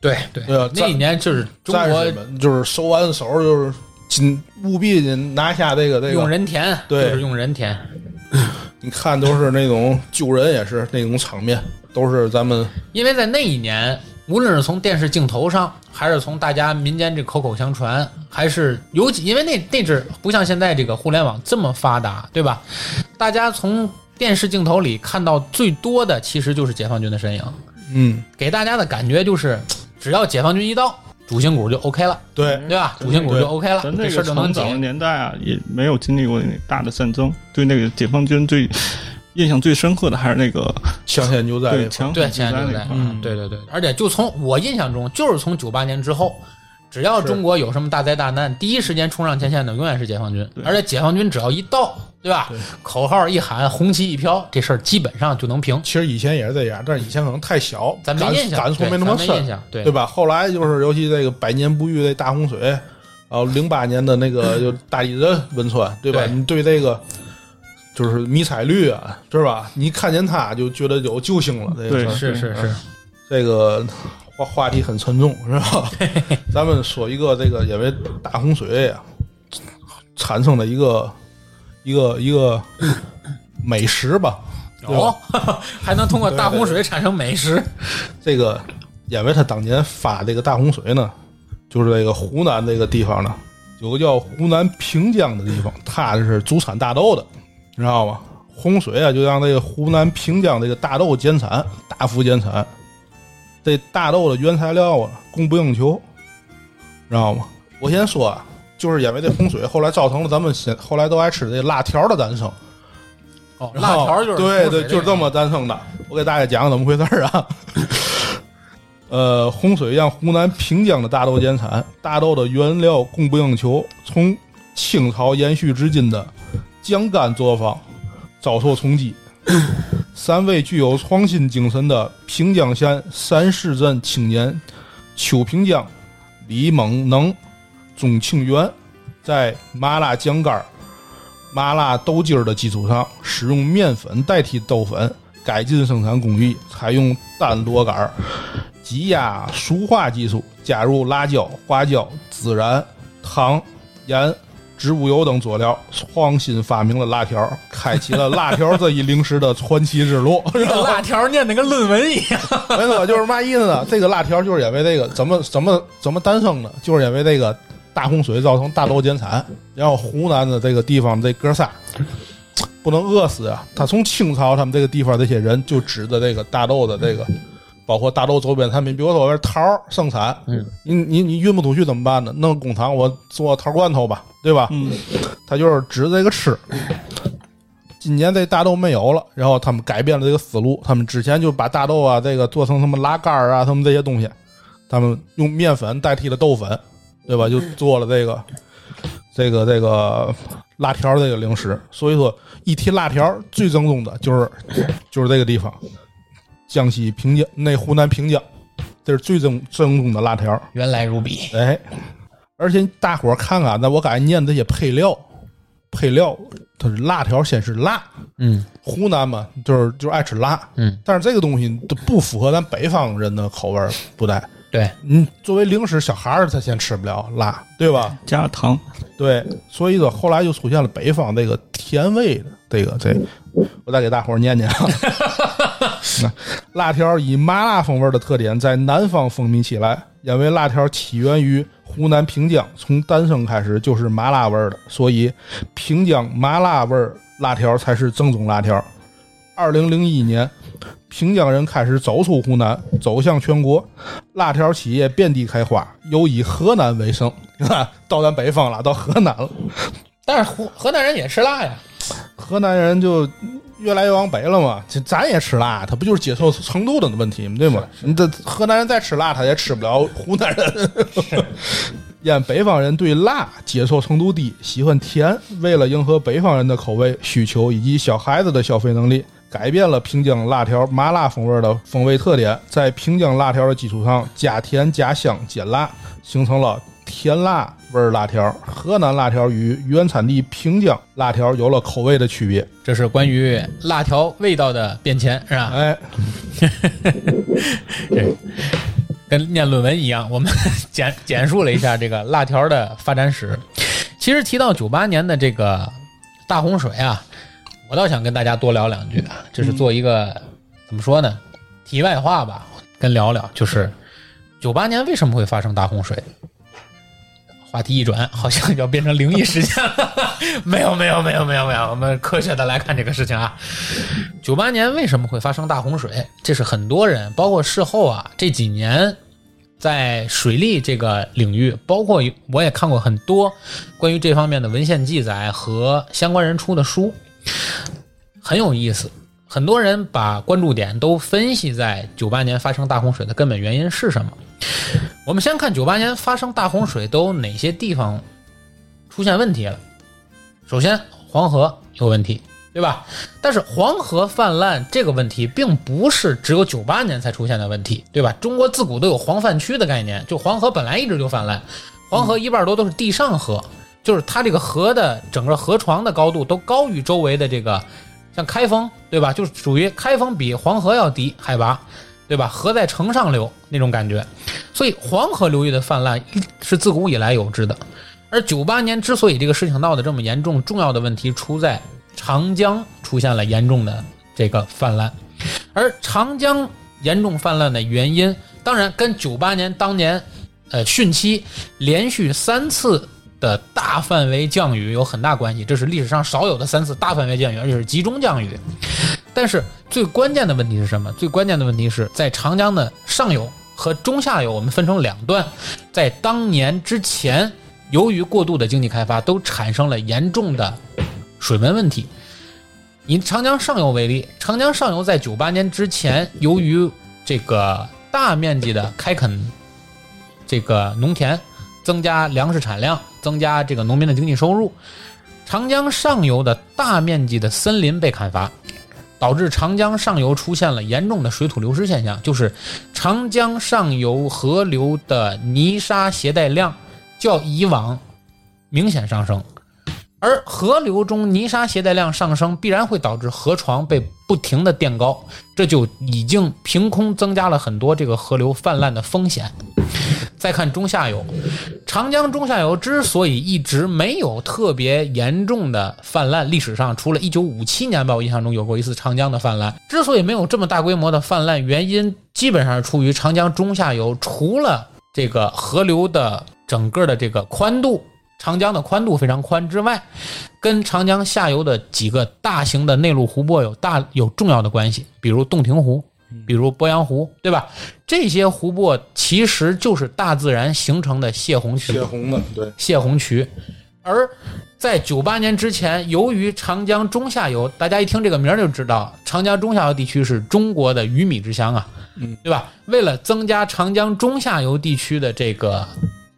对对 对啊那一战年就是中战国士们就是手挽手，就是紧务必得拿下这个这个用人田，对就是用人田，你看都是那种救人也是那种场面，都是咱们因为在那一年，无论是从电视镜头上，还是从大家民间这口口相传，还是尤其因为那那阵儿不像现在这个互联网这么发达，对吧？大家从电视镜头里看到最多的其实就是解放军的身影，嗯，给大家的感觉就是，只要解放军一到，主心骨就 OK 了，对，对吧？主心骨就 OK 了，咱这这事儿个就能从解早。的年代啊，也没有经历过那大的战争，对那个解放军最印象最深刻的还是那个镶嵌牛仔对那块儿强对，现前在在那就块在，儿，嗯，对对对，而且就从我印象中，就是从九八年之后，只要中国有什么大灾大难，第一时间冲上前线的永远是解放军，对而且解放军只要一到，对吧？口号一喊，红旗一飘，这事儿基本上就能平。其实以前也是这样，但是以前可能太小，咱没感印象感触对没那么咱没印深象，对对吧？后来就是尤其这个百年不遇的大洪水，然后零八年的那 个就大地震汶川，对吧？对你对这个就是迷彩率啊，是吧？你看见它就觉得有救星了，这个对事儿是是是，这个话话题很沉重，是吧？咱们说一个这个因为大洪水啊产生的一个一个一个美食吧，对哦， 还能通过大洪水产生美食，这个因为他当年发这个大洪水呢，就是这个湖南这个地方呢，有个叫湖南平江的地方，它是主产大豆的，你知道吗？洪水啊，就让这个湖南平江这个大豆减产，大幅减产。这大豆的原材料啊，供不应求，知道吗？我先说啊，就是因为这洪水，后来造成了咱们现后来都爱吃这辣条的诞生。哦，然辣后条就是对洪水对，就是那这个么诞生的。我给大家讲讲怎么回事儿啊。呃，洪水让湖南平江的大豆减产，大豆的原料供不应求，从清朝延续至今的江干作坊遭受冲击。三位具有创新精神的平江县三市镇青年邱平江、李猛能、钟庆元，在麻辣酱干儿麻辣豆筋儿的基础上，使用面粉代替豆粉，改进生产工艺，采用单螺杆儿、挤压熟化技术，加入辣椒、花椒、孜然、糖、盐、植物油等佐料，创新发明了辣条，开启了辣条这一零食的传奇之路。这个辣条念的跟论文一 样，没错，就是嘛意思呢？这个辣条就是因为这个怎么怎么怎么诞生的，就是因为这个大洪水造成大豆减产，然后湖南的这个地方这哥仨不能饿死啊！他从清朝他们这个地方这些人就指着这个大豆的这个，包括大豆周边产品，比如说我这桃儿生产，嗯，你你你运不出去怎么办呢？弄工厂我做桃罐头吧，对吧？嗯，他就是指着这个吃。今年这大豆没有了，然后他们改变了这个思路，他们之前就把大豆啊这个做成什么拉杆儿啊，什么这些东西，他们用面粉代替了豆粉，对吧？就做了这个这个这个辣条这个零食。所以说，一提辣条，最正宗的就是就是这个地方，江西平江那湖南平江，这是最正正宗的辣条。原来如彼，哎，而且大伙儿看看，那我感觉念这些配料，配料它是辣条，先是辣，嗯湖南嘛，就是就是爱吃辣，嗯，但是这个东西它不符合咱北方人的口味儿，不带。对，你作为零食，小孩儿他先吃不了辣，对吧？加糖，对，所以说后来就出现了北方这个甜味的这个这个我再给大伙儿念念啊。 那辣条以麻辣风味的特点在南方风靡起来，因为辣条起源于湖南平江，从诞生开始就是麻辣味儿的，所以平江麻辣味儿辣条才是正宗辣条。二零零一年，平江人开始走出湖南，走向全国，辣条企业遍地开花，尤以河南为生。你看， 到咱北方了，到河南了。但是湖河南人也吃辣呀，河南人就越来越往北了嘛，这咱也吃辣，他不就是接受程度的问题吗？对吗？你这河南人再吃辣，他也吃不了湖南人。 因北方人对辣接受程度低，喜欢甜，为了迎合北方人的口味需求以及小孩子的消费能力，改变了平江辣条麻辣风味的风味特点，在平江辣条的基础上加甜加香减辣，形成了甜辣味儿辣条。河南辣条与原产地平江辣条有了口味的区别。这是关于辣条味道的变迁，是吧？哎，跟念论文一样，我们 简简述了一下这个辣条的发展史。其实提到九八年的这个大洪水啊，我倒想跟大家多聊两句啊，这是做一个、怎么说呢，题外话吧，跟聊聊，就是九八年为什么会发生大洪水？话题一转，好像要变成灵异事件了。 没有，没有，没有，没有，没有。我们科学的来看这个事情啊。九八年为什么会发生大洪水？这是很多人，包括事后啊，这几年在水利这个领域，包括我也看过很多关于这方面的文献记载和相关人出的书，很有意思。很多人把关注点都分析在九八年发生大洪水的根本原因是什么。我们先看九八年发生大洪水都有哪些地方出现问题了。首先，黄河有问题，对吧？但是黄河泛滥这个问题并不是只有九八年才出现的问题，对吧？中国自古都有黄泛区的概念，就黄河本来一直就泛滥，黄河一半多都是地上河，就是它这个河的整个河床的高度都高于周围的这个，像开封，对吧？就是属于开封比黄河要低海拔，对吧？河在城上流那种感觉，所以黄河流域的泛滥是自古以来有之的。而九八年之所以这个事情闹得这么严重，重要的问题出在长江出现了严重的这个泛滥，而长江严重泛滥的原因，当然跟九八年当年，呃汛期连续三次的大范围降雨有很大关系，这是历史上少有的三次大范围降雨，而且是集中降雨。但是最关键的问题是什么？最关键的问题是在长江的上游和中下游，我们分成两段，在当年之前。由于过度的经济开发，都产生了严重的水文问题。以长江上游为例，长江上游在九八年之前，由于这个大面积的开垦这个农田，增加粮食产量，增加这个农民的经济收入，长江上游的大面积的森林被砍伐，导致长江上游出现了严重的水土流失现象，就是长江上游河流的泥沙携带量。较以往明显上升，而河流中泥沙携带量上升，必然会导致河床被不停的垫高，这就已经凭空增加了很多这个河流泛滥的风险。再看中下游，长江中下游之所以一直没有特别严重的泛滥，历史上除了1957年吧，我印象中有过一次长江的泛滥，之所以没有这么大规模的泛滥，原因基本上是出于长江中下游除了这个河流的。整个的这个宽度，长江的宽度非常宽之外，跟长江下游的几个大型的内陆湖泊有大有重要的关系，比如洞庭湖，比如鄱阳湖，对吧？这些湖泊其实就是大自然形成的泄洪渠，泄洪的，对，泄洪渠。而在九八年之前，由于长江中下游，大家一听这个名儿就知道，长江中下游地区是中国的鱼米之乡啊，嗯，对吧？为了增加长江中下游地区的这个。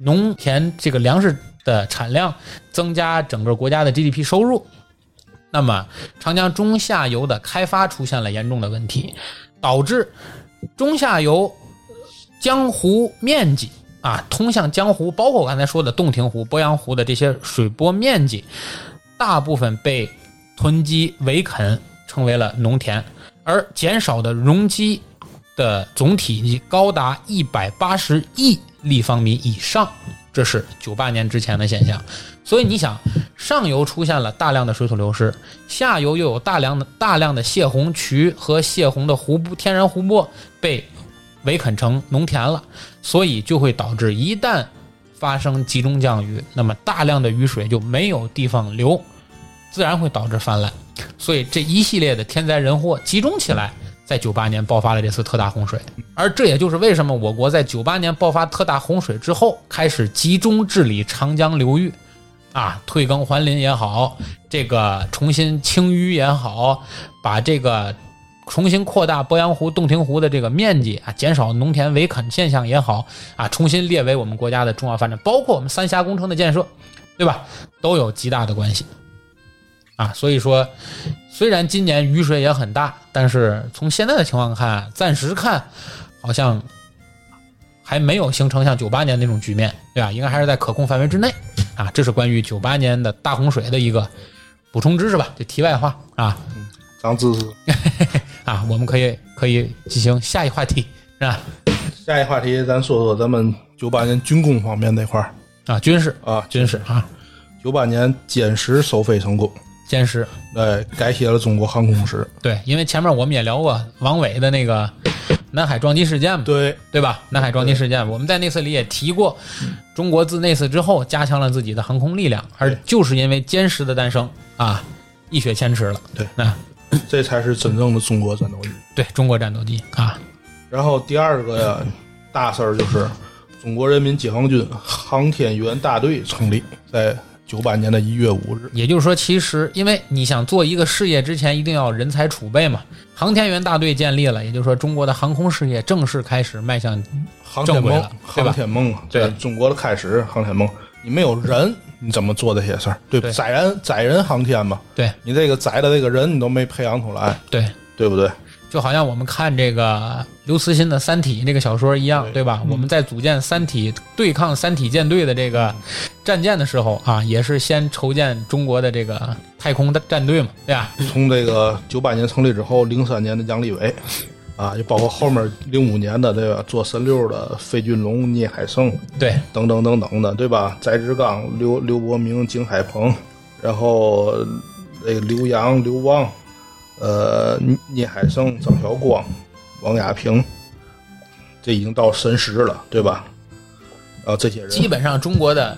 农田这个粮食的产量增加，整个国家的 GDP 收入。那么，长江中下游的开发出现了严重的问题，导致中下游江湖面积啊，通向江湖，包括我刚才说的洞庭湖、鄱阳湖的这些水波面积，大部分被囤积围垦，成为了农田，而减少的容积的总体积高达一百八十亿。立方米以上，这是九八年之前的现象。所以你想，上游出现了大量的水土流失，下游又有大量的大量的泄洪渠和泄洪的湖泊、天然湖泊被围垦成农田了，所以就会导致一旦发生集中降雨，那么大量的雨水就没有地方流，自然会导致泛滥。所以这一系列的天灾人祸集中起来。在九八年爆发了这次特大洪水，而这也就是为什么我国在九八年爆发特大洪水之后，开始集中治理长江流域，啊，退耕还林也好，这个重新清淤也好，把这个重新扩大鄱阳湖、洞庭湖的这个面积啊，减少农田围垦现象也好，啊，重新列为我们国家的重要发展，包括我们三峡工程的建设，对吧，都有极大的关系。啊，所以说，虽然今年雨水也很大，但是从现在的情况看，暂时看好像还没有形成像九八年那种局面，对吧？应该还是在可控范围之内啊。这是关于九八年的大洪水的一个补充知识吧，这题外话啊长知识。啊，我们可以可以进行下一话题是吧？下一话题，咱说说咱们九八年军工方面那块儿啊，军事啊，军事啊，九八年歼十收费成功，歼十哎，改写了中国航空史。对，因为前面我们也聊过王伟的那个南海撞击事件嘛，对，对吧？南海撞击事件，我们在那次里也提过，中国自那次之后加强了自己的航空力量，而就是因为歼十的诞生啊，一雪前耻了。对那这才是真正的中国战斗力。对中国战斗机啊，然后第二个呀，大事儿就是中国人民解放军航天员大队成立，在九八年的一月五日。也就是说，其实因为你想做一个事业之前，一定要人才储备嘛。航天员大队建立了，也就是说，中国的航空事业正式开始迈向航天正轨梦了，对吧航天梦，啊对在中国的开始，航天梦。你没有人，你怎么做这些事儿？对，对载人载人航天嘛，对你这个载的这个人，你都没培养出来，对对不对？就好像我们看这个刘慈欣的《三体》那个小说一样，对对吧？我们在组建《三体》对抗《三体》舰队的这嗯个战舰的时候啊，也是先筹建中国的这个太空的战队嘛，对吧？从这个九八年成立之后，零三年的杨利伟，啊，也包括后面零五年的这个做神六的费俊龙、聂海胜对等等等等的，对吧？翟志刚、刘刘伯明、景海鹏，然后那个刘洋、刘旺，呃，聂海胜、张晓光、王亚平，这已经到神十了，对吧？啊，这些人基本上中国的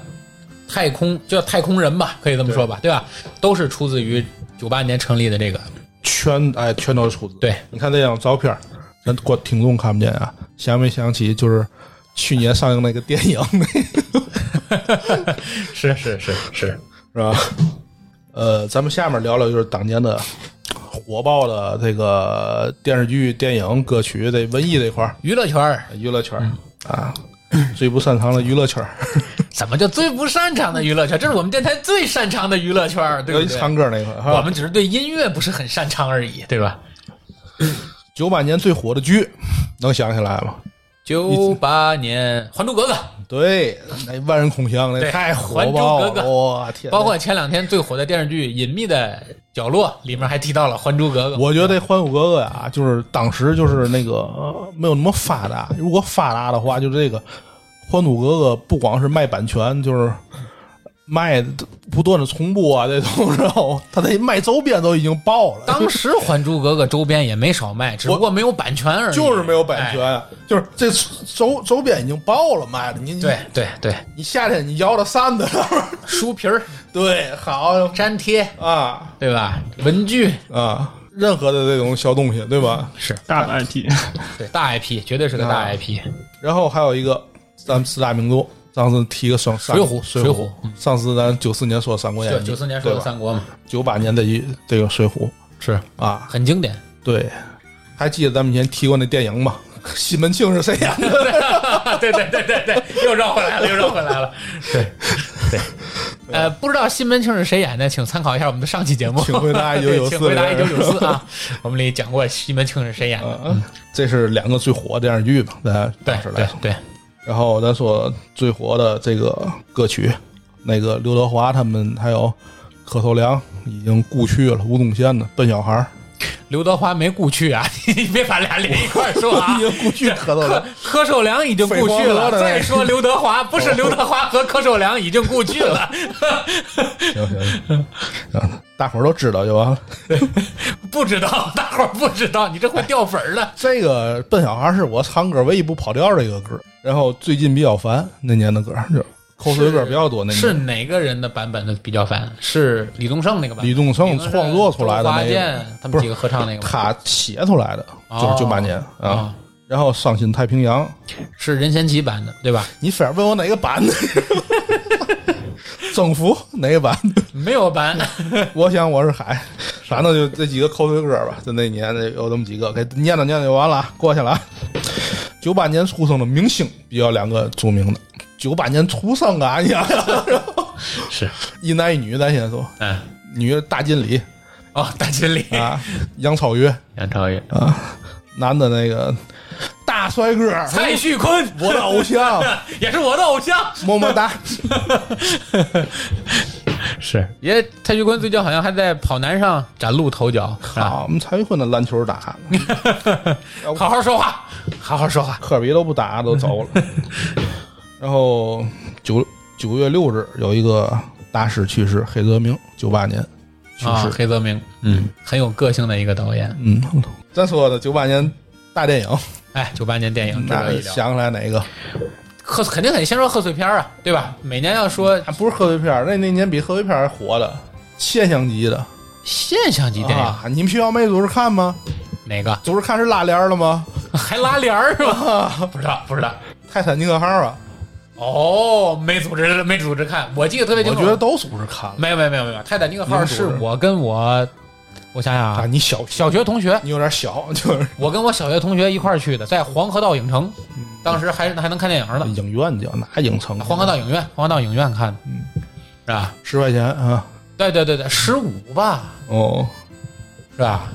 太空叫太空人吧，可以这么说吧，对吧？都是出自于九八年成立的这个，全哎全都是出资。对，你看这张照片儿，咱观听众看不见啊，想没想起就是去年上映那个电影 是是是是，是吧？呃，咱们下面聊聊就是当年的火爆的这个电视剧、电影、歌曲这文艺这块儿，娱乐圈儿娱乐圈嗯儿、啊，最不擅长的娱乐圈儿，怎么叫最不擅长的娱乐圈？这是我们电台最擅长的娱乐圈儿，对尤不其对？唱歌那块儿我哈。们只是对音乐不是很擅长而已，对吧？九八年最火的剧，能想起来吗？九八年《还珠格格》，对，那万人空巷那对太火还珠爆格格了，哇天！包括前两天最火的电视剧《隐秘的角落》，里面还提到了《还珠格格》。我觉得《还珠格格》呀，啊就是当时就是那个呃没有那么发达。如果发达的话，就这个《还珠格格》不光是卖版权，就是卖不断的重播啊，这都知道吗？他得卖周边都已经爆了，当时《还珠格格》周边也没少卖，只不过没有版权而已。 就是没有版权，啊哎就是这周周边已经爆了卖的。你你对对对，你夏天你摇着扇子，书皮儿、对，好粘贴， 啊对吧？文具啊，任何的这种小东西，对吧？是大的 IT，对大 IP，绝对是个大啊 IP。然后还有一个咱们四大名著，上次提个双《三水浒水水浒浒》上次咱九四年说《三国演义对，》，九四年说的三国嘛，九八年的一这个《水浒是》啊，很经典。对，还记得咱们以前提过那电影吗？ 西门庆是谁演的？ 对对对对对，又绕回来了，又绕回来 了。对对， 呃，不知道西门庆是谁演的，请参考一下我们的上期节目。请回 答1994对请回答一九九四 啊，我们里讲过西门庆是谁演的。啊， 这是两个最火的电视剧吧，咱嗯对当时来对说。对，然后咱说最火的这个歌曲，那个刘德华他们还有柯受良已经故去了，吴宗宪的《笨小孩儿刘德华没故去啊，你别把俩连一块儿说》啊 已。经故去柯受良柯。柯受良已经故去废话了，了再说刘德华，不是刘德华和柯受良已经故去 了，行行行，啊大伙儿都知道就完了。不知道，大伙儿不知道，你这会掉粉儿的。这个《笨小孩》是我唱歌唯一不跑调的一个歌，然后最近比较烦那年的歌，就是口水歌比较多。那年是哪个人的版本的比较烦？是李宗盛那个版本？李宗盛创作出来的华那个，健他们几个合唱那个吗他写出来的，就是哦九八年啊。啊，然后《伤心太平洋》，是任贤齐版的，对吧？你非要问我哪个 版的？ 征服哪个版的？没有 版，我想我是海， 反正就这几个口水歌吧。就那年的有这么几个，给念叨念叨就完了啊，过去了啊。九八年出生的明星比较两个著名的，九八年出生啊， 你想想，是，一男一女，咱先说，嗯，女的大金鲤哦，大经理，啊， 杨超越，杨超越，男的那个大帅哥，蔡徐坤，我的偶像， 也是我的偶像，么么哒。是，也蔡徐坤最近好像还在跑男上崭露头角，啊，好，我们蔡徐坤的篮球打了，好好说话，好好说话，科比都不打，都 走了。然后九九月六日有一个大师去世，黑泽明，九八年去啊，世。黑泽明，嗯，很有个性的一个导演，嗯，咱说的九八年大电影哎，九八年电影值得一那聊。想起来哪个？贺肯定得先说贺岁片儿啊，对吧？每年要说啊，不是贺岁片儿，那那年比贺岁片儿还火的，现象级的现象级电影，啊！你们学校没组织看吗？哪个组织看是拉帘儿了吗？还拉帘儿是吧？ 不知道，不知道。泰坦尼克号啊，哦，没组织，没组织看，我记得特别清我楚。觉得都组织看了没有，没有，没有，没有。泰坦尼克号零组织是我跟我，我想想啊！啊，你小小学同学，你有点小，就是我跟我小学同学一块儿去的，在黄河道影城，当时还还能看电影呢。影院叫哪影城？黄河道影院，黄河道影院看的，嗯是吧？十块钱啊！对对对对，十五吧，哦，是吧？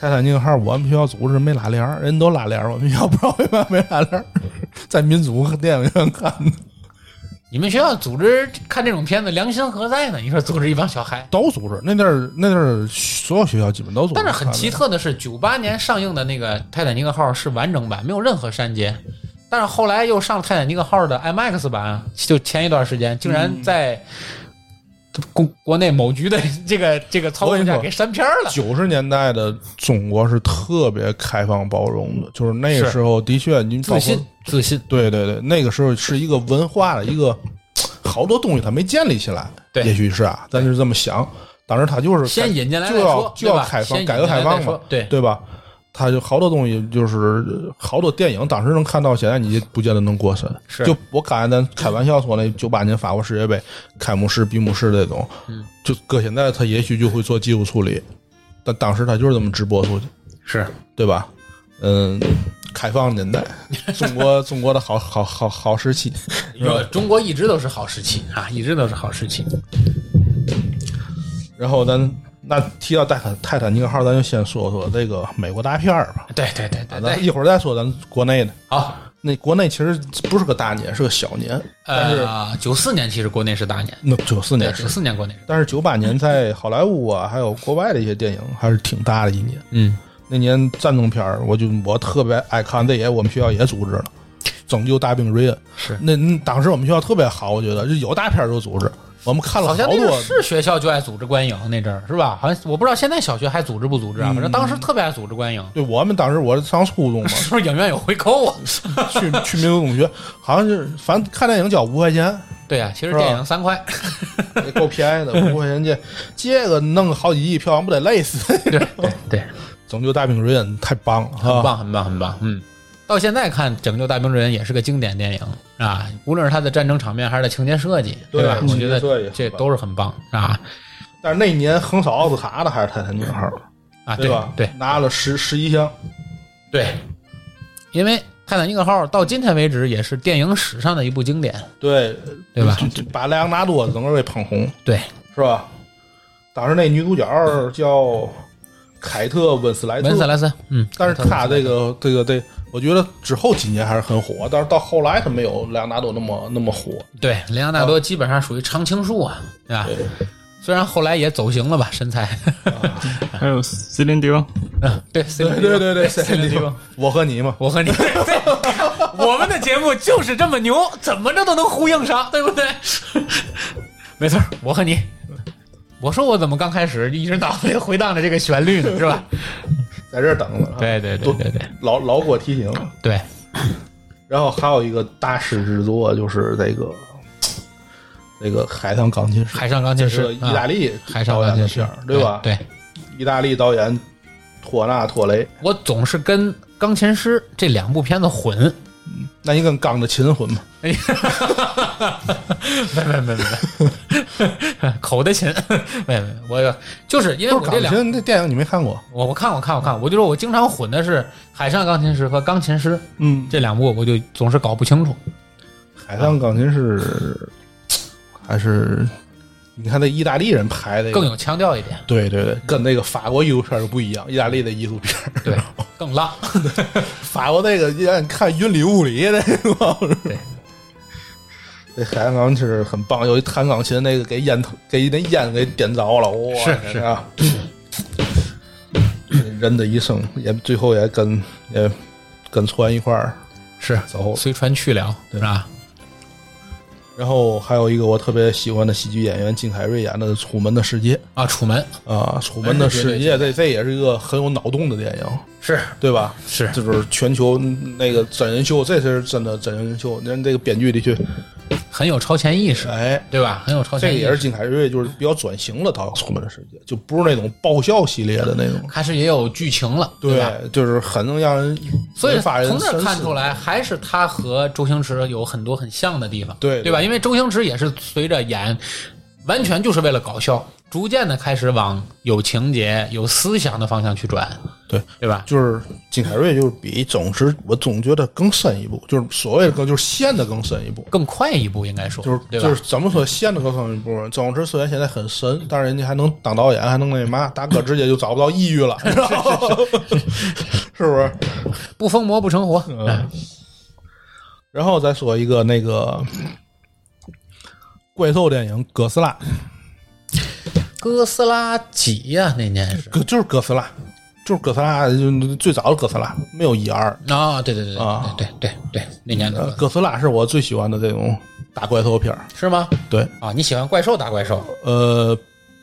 泰坦尼克号我们学校组织没拉帘儿，人都拉帘儿，我们学校不知道为嘛没拉帘儿， 在民族电影院看的，你们学校组织看这种片子，良心何在呢？你说组织一帮小孩，都组织。那地儿那地儿所有学校基本都组织但看是的，很奇特的是，九八年上映的那个《泰坦尼克号》是完整版，没有任何删节。但是后来又上了《泰坦尼克号》的 IMAX 版，就前一段时间竟嗯然在国国内某局的 这个这个操作我跟你下说给删片了。九十年代的中国是特别开放包容的，就是那个是时候的确，您包自括信，自信，对对对，那个时候是一个文化的一个好多东西它没建立起来，对也许是啊，咱就是这么想。当时它就是先引进来就再要说，就对要吧？开先放引改进革来开再放说嘛，，对，对吧？它就好多东西，就是呃好多电影，当时能看到，现在你不见得能过审。是就我刚才咱开玩笑说那九八年法国世界杯开幕式、闭幕式这种，嗯就搁现在他也许就会做技术处理，但当时他就是这么直播出去，是对吧？嗯，开放 年代，中国中国的好好好好时期，你说中国一直都是好时期啊，一直都是好时期。然后咱那提到泰坦泰坦尼克号，咱就先说说这个美国大片儿吧，对对对对咱对，一会儿再说咱国内的。好。那国内其实不是个大年，是个小年，但是呃，九四年其实国内是大年，那九四对，年九是，四年国内是，但是九八年在好莱坞啊，还有国外的一些电影还是挺大的一年。嗯，那年战争片儿，我就我特别爱看，这也我们学校也组织了，拯救大兵瑞恩。是那那当时我们学校特别好，我觉得就有大片儿就组织，我们看了好像那阵多儿。是学校就爱组织观影那阵儿是吧？好像我不知道现在小学还组织不组织啊，反正当嗯时特别爱组织观影，对我们当时我上 ，初中嘛是不是影院有回扣啊？去去民族中学，好像是反正看电影交五块钱， 对啊，其实是吧电影三块，也够便宜的，五块钱这这个弄个好几亿票房不得累死？对对对，拯救大兵瑞恩太棒了，很哈。棒很棒很棒，嗯。到现在看《拯救大兵瑞恩》也是个经典电影啊，无论是它的战争场面还是它情节设计，对吧？我情觉节得设计这很棒都是很棒啊但是那年横扫奥斯卡的还是泰坦尼克号，啊！对吧？对，拿了十十一项，对，因为《泰坦尼克号》到今天为止也是电影史上的一部经典，对对吧？把莱昂纳多整个给捧红，对，是吧？当时那女主角叫凯特温斯莱特，文斯莱斯，嗯，但是她这个这个这，我觉得之后几年还是很火，但是到后来她没有莱昂纳多那么那么火。对莱昂哦纳多基本上属于常青树啊，对吧？虽然后来也走形了吧，身 材，还有 c e l i n d i o 嗯对对对对对，森林地地方，我和你嘛，我 和你，对我们的节目就是这么牛，怎么着都能呼应上，对不 对？没错，我和你。我说我怎么刚开始一直脑子里回荡着这个旋律 呢，是吧？嗯在这儿等着。对对对对对老老给我提醒。对，然后还有一个大师之作就是这个这个海上钢琴师，海上钢琴是师，意大啊利海上导钢琴演的师片儿，，对吧？对，意大利导演托纳托雷，我总是跟《钢琴师》这两部片子混。那你跟钢的琴混吧？哎呀，没没没没没，口的琴，没没，我就是因为不我是这钢两，琴，那电影你没看过？我我看我看我看，我就说我经常混的是《海上钢琴师》和《钢琴师》嗯，这两部，我就总是搞不清楚。海上钢琴是还是你看那意大利人拍的更。有腔调一点，对对对，跟那个法国艺术片儿不一样，意大利的艺术片儿，对，更浪，法国那个让你看云里雾里的，对，这海上钢琴是很棒，有一弹钢琴那个给烟头给那烟给点着了，哇！是是啊，人的一生也最后也跟也跟船一块儿是走了。随船去了，是吧？然后还有一个我特别喜欢的喜剧演员金凯瑞演的《楚门的世界》啊，《楚门》啊，《楚门的世界》这这也是一个很有脑洞的电影，是对吧？是这就是全球那个真人秀，这是真的真人秀。人这个编剧里去，很有超前意识，哎，对吧？很有超这前个意也是识。金凯瑞，就是比较转型了到《楚门的世界》，就不是那种爆笑系列的那种。开始也有剧情了，对吧？对，就是很能让人所以发人从这深儿思看出，来，还是他和周星驰有很多很像的地方，对对吧？因为周星驰也是随着演，完全就是为了搞笑，逐渐的开始往有情节、有思想的方向去转，对对吧？就是金凯瑞，就是比总之我总觉得更深一步，就是所谓的更就是陷的更深一步，更快一步，应该说，就是对吧？就是怎么说陷的更深一步呢？总之虽然现在很深，但是人家还能当导演，还能那嘛，大哥直接就找不到抑郁 了，你知道吗是不是？不疯魔不成活，嗯哎然后再说一个那个怪兽电影《哥斯拉哥斯拉几呀、那年是》，哥就是哥斯拉，就是哥斯拉，就最早的哥斯拉，没有一二。啊、对对对对、啊对对对，那年呃的哥斯拉是我最喜欢的这种大怪兽片儿是吗？对，啊，你喜欢怪兽打怪兽呃，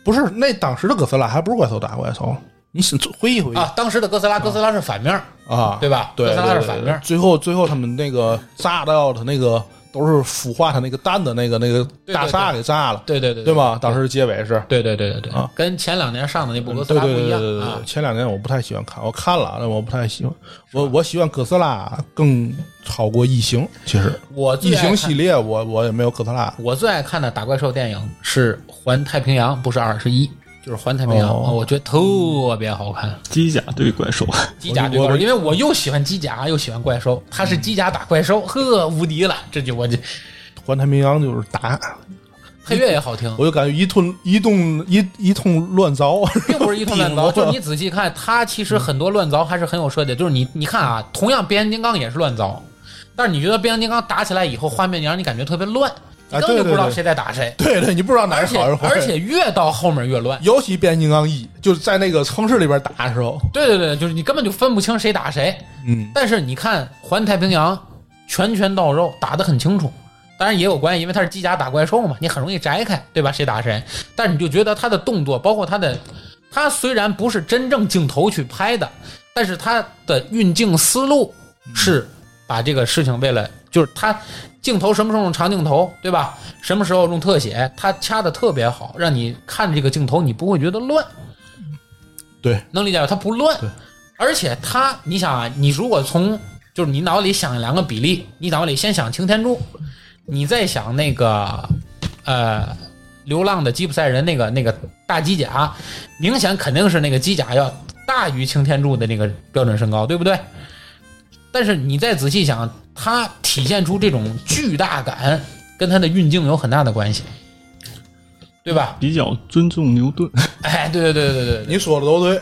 不是，那当时的哥斯拉还不是怪兽打怪兽，你是回忆回忆啊？当时的哥斯拉，哥斯拉是反面儿，啊对吧？对，哥斯拉是对反对面儿，最后最后他们那个炸到他那个都是孵化他那个蛋的那个那个对大厦对给炸了，对对对对？吗？当时结尾是。对对对对对，啊跟前两年上的那部哥斯对拉对不对一对样对啊对，。前两年我不太喜欢看，我看了，但我不太喜欢。我我喜欢哥斯拉更超过异形，其实我异最爱形看系列我我也没有哥斯拉。我最爱看的打怪兽电影是《环太平洋》，不是二，是一，就是《环太平洋》啊哦嗯我觉得特别好看。机甲对怪兽，机甲对我怪兽，因为我又喜欢机甲，又喜欢怪兽，他是机甲打怪嗯兽，呵，无敌了！这就我这环太平洋就是打，配乐也好听，我就 感觉一通一动一一通乱糟。并不是一通乱 糟，就是你仔细看，它其实很多乱糟还是很有设计的。就是你你看啊，同样变形金刚也是乱糟，但是你觉得变形金刚打起来以后，画面你让你感觉特别乱，你啊根本对就不知道对对谁在打谁，对对，你不知道哪而是且好人坏人而且越到后面越乱。尤其变形金刚一，就是在那个城市里边打的时候，对对对，就是你根本就分不清谁打谁。嗯，但是你看《环太平洋》，拳拳到肉，打得很清楚。当然也有关系，因为它是机甲打怪兽嘛，你很容易摘开，对吧？谁打谁。但是你就觉得它的动作，包括它的，它虽然不是真正镜头去拍的，但是它的运镜思路是把这个事情为了，就是它镜头什么时候用长镜头，对吧？什么时候用特写，它掐的特别好，让你看这个镜头你不会觉得乱。对，能理解吧？它不乱对，而且它，你想啊，你如果从就是你脑里想两个比例，你脑里先想擎天柱，你再想那个呃流浪的吉普赛人那个那个大机甲，明显肯定是那个机甲要大于擎天柱的那个标准身高，对不对？但是你再仔细想，它体现出这种巨大感，跟它的运镜有很大的关系，对吧？比较尊重牛顿。哎，对对对对对对，你说的都对，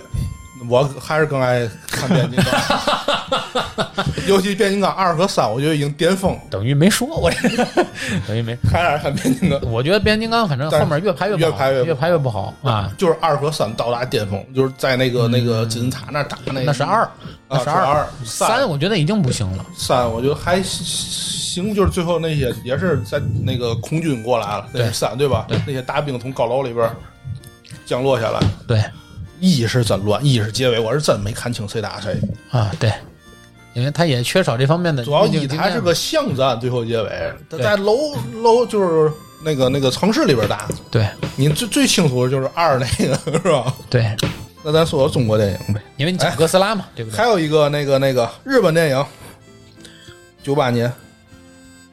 我还是更爱看变形金刚， 尤其变形金刚二和三，我觉得已经巅峰，等于没说，我这 等于没。还是爱看变形金刚，我觉得变形金刚反正但后是面越拍越不越好拍越不好越拍越不好啊，就是二和三到达巅峰，就是在那个那个金字塔那儿打那个，嗯那是二，啊，那是是二，三三我觉得已经不行了。三，我觉得还行，就是最后那些也是在那个空军过来了，那是对三对吧？那些大兵从高楼里边降落下来。对一是真乱，一是结尾，我是真没看清谁打谁。啊，对，因为他也缺少这方面的主要运一镜经它验是个巷战，最后结尾，它对在楼楼就是那个那个城市里边打。对你最最清楚的就是二那个 是吧？对，那咱说说中国电影呗，因为你讲哥斯拉嘛，对不对？哎还有一个那个那个日本电影，九八年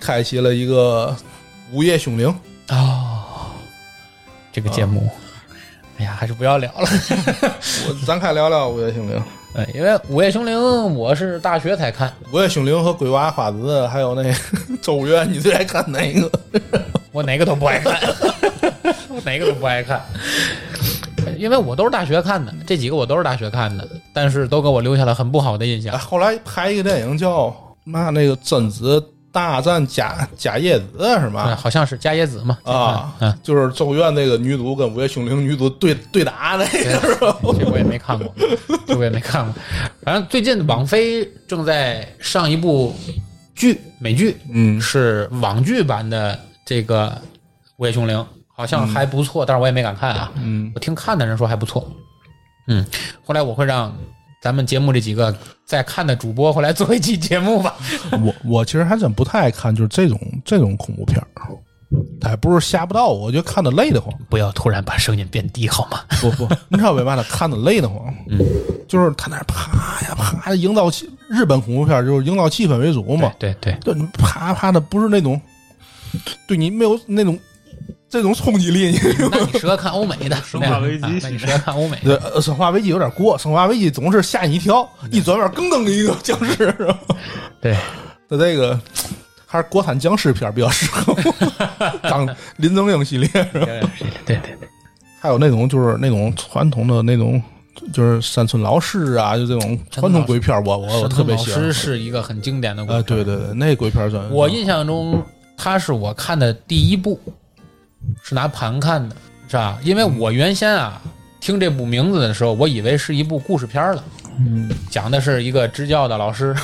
开启了一个午夜凶 铃。哦，这个节目，哎呀，还是不要聊了。我咱开聊聊午夜凶铃。呃，因为《午夜凶铃》我是大学才看，午夜凶铃和鬼娃花子，还有那周越，你最爱看哪个？我哪个都不爱看， 我哪个都不爱看，因为我都是大学看的，这几个我都是大学看的，但是都给我留下了很不好的印象哎，。后来拍一个电影叫嘛那个贞子大战假假叶子是啊，吗？好像是伽椰子嘛啊嗯，就是咒怨那个女主跟午夜凶铃女主对对打那个是吧？哦这我也没看过， 这我也没看过。反正最近网飞正在上一部剧，美剧嗯是网剧版的这个《午夜凶铃》，好像还不错，但是我也没敢看啊。嗯，我听看的人说还不错。嗯，后来我会让咱们节目这几个在看的主播回来做一期节目吧。 我我其实还真不太爱看，就是这种这种恐怖片儿，它也不是吓不到我，我觉得看的累得慌。 不要突然把声音变低好吗？不不， 你知道为嘛他看的累得慌？嗯，就是他那儿啪呀啪呀，营造气，日本恐怖片儿就是营造气氛为主嘛，对 对，对，你啪啪的不是那种，对你没有那种这种冲击力。你那你适合看欧美的《 生化危机啊那你适合看欧美对的。，呃生化危机有点过，生化危机总是吓你一跳，一转弯更噔一个僵尸。是吧 对，他这个还是国产僵尸片儿比较适合我，当林正英系列是吧对对对，还有那种就是那种传统的那种，就是山村老师啊，就这种传统鬼片儿，我我我沈特腾别老喜欢师。是一个很经典的故呃，事。对对对，那鬼片儿算我印象中他是我看的第一部，是拿盘看的，是吧？因嗯为我原先啊听这部名字的时候，我以为是一部故事片儿了，嗯讲的是一个支教的老 师，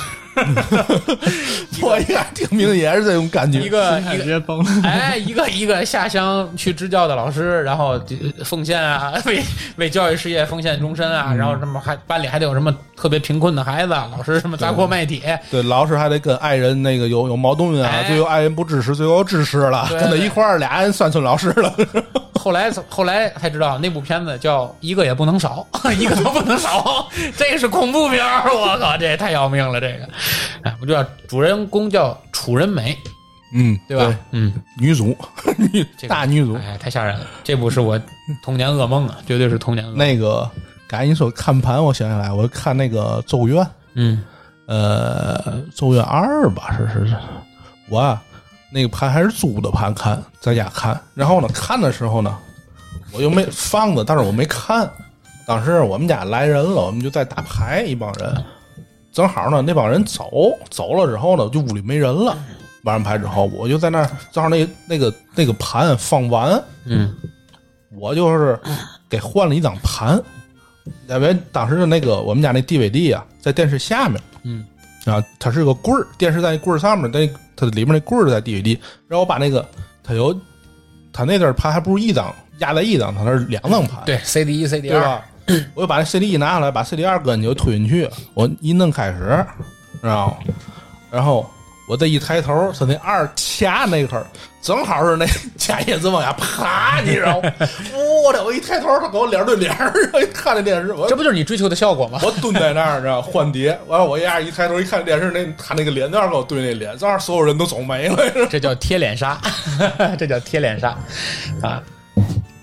我一看听名字也是这种感一觉。个 心态一直个接崩了。哎，一个一个下乡去支教的老师，然后就奉献啊， 为为教育事业奉献终身嗯啊，然后什么还班里还得有什么特别贫困的孩子，啊老师什么砸锅卖铁，对，老师还得跟爱人那个有有矛盾啊，哎最后爱人不支持，最后支持了，对跟他一块儿俩人山村老师了。后来后来才知道那部片子叫《一个也不能少》， 一个都不能少，这是恐怖片儿，我靠，这也太要命了，这个，哎，我就要主人公叫楚人美， 嗯，对吧？嗯，女主， 女这个大女主，哎，太吓人了，这部是我童年噩梦啊，绝对是童年噩梦。那个刚才你说看盘，我想起来，我看那个《咒怨》，嗯，呃，《咒怨二》吧，是是是，我啊，那个盘还是租的盘看，在家看。然后呢，看的时候呢，我又没放着，但是我没看。当时我们家来人了，我们就在打牌，一帮人，正好呢，那帮人走走了之后呢，就屋里没人了。玩完牌之后，我就在那儿，正好那那个那个盘放完，嗯，我就是给换了一张盘，因为当时的那个我们家那 DVD 啊，在电视下面，嗯，啊，它是个棍儿，电视在那棍儿上面，那它里面那棍儿在 DVD，然后我把那个它有它那阵儿盘还不是一张压在一张，它那是两张盘，对，CD 一、CD 对二， 吧？我就把那 CD 一拿下来，把 CD 二跟就推进去，我一弄开始，知道吗？然后我这一抬头，他那二掐那块儿，正好是那 掐叶子往下啪，你知道吗？我的，我一抬头，他跟我脸对脸儿， 看那电视，我这不就是你追求的效果吗？我蹲在那儿，你知道吗换碟，完了我一下一抬头一看电视，那他那个脸正好跟我对那脸，正好所有人都走 没了，你知道吗这叫贴脸杀， 这叫贴脸杀啊！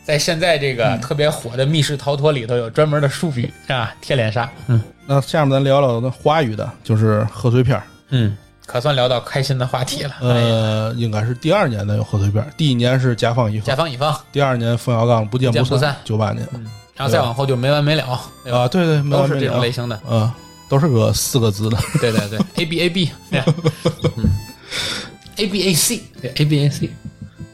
在现在这个特别火的密室逃脱里头，有专门的术语啊，贴脸杀。嗯那下面咱聊聊那华语的，就是贺岁片儿。嗯，可算聊到开心的话题了。哎，呃，应该是第二年的有贺岁片儿，第一年是甲方乙方甲，方乙方，第二年冯小刚不见不见不散散，九八年然后再往后就没完没了，对吧？啊，对对，没都完是没这种了类，型的。嗯，都是个四个字的。对对 对，A B A B，对，嗯，A B A C，对，A B A C。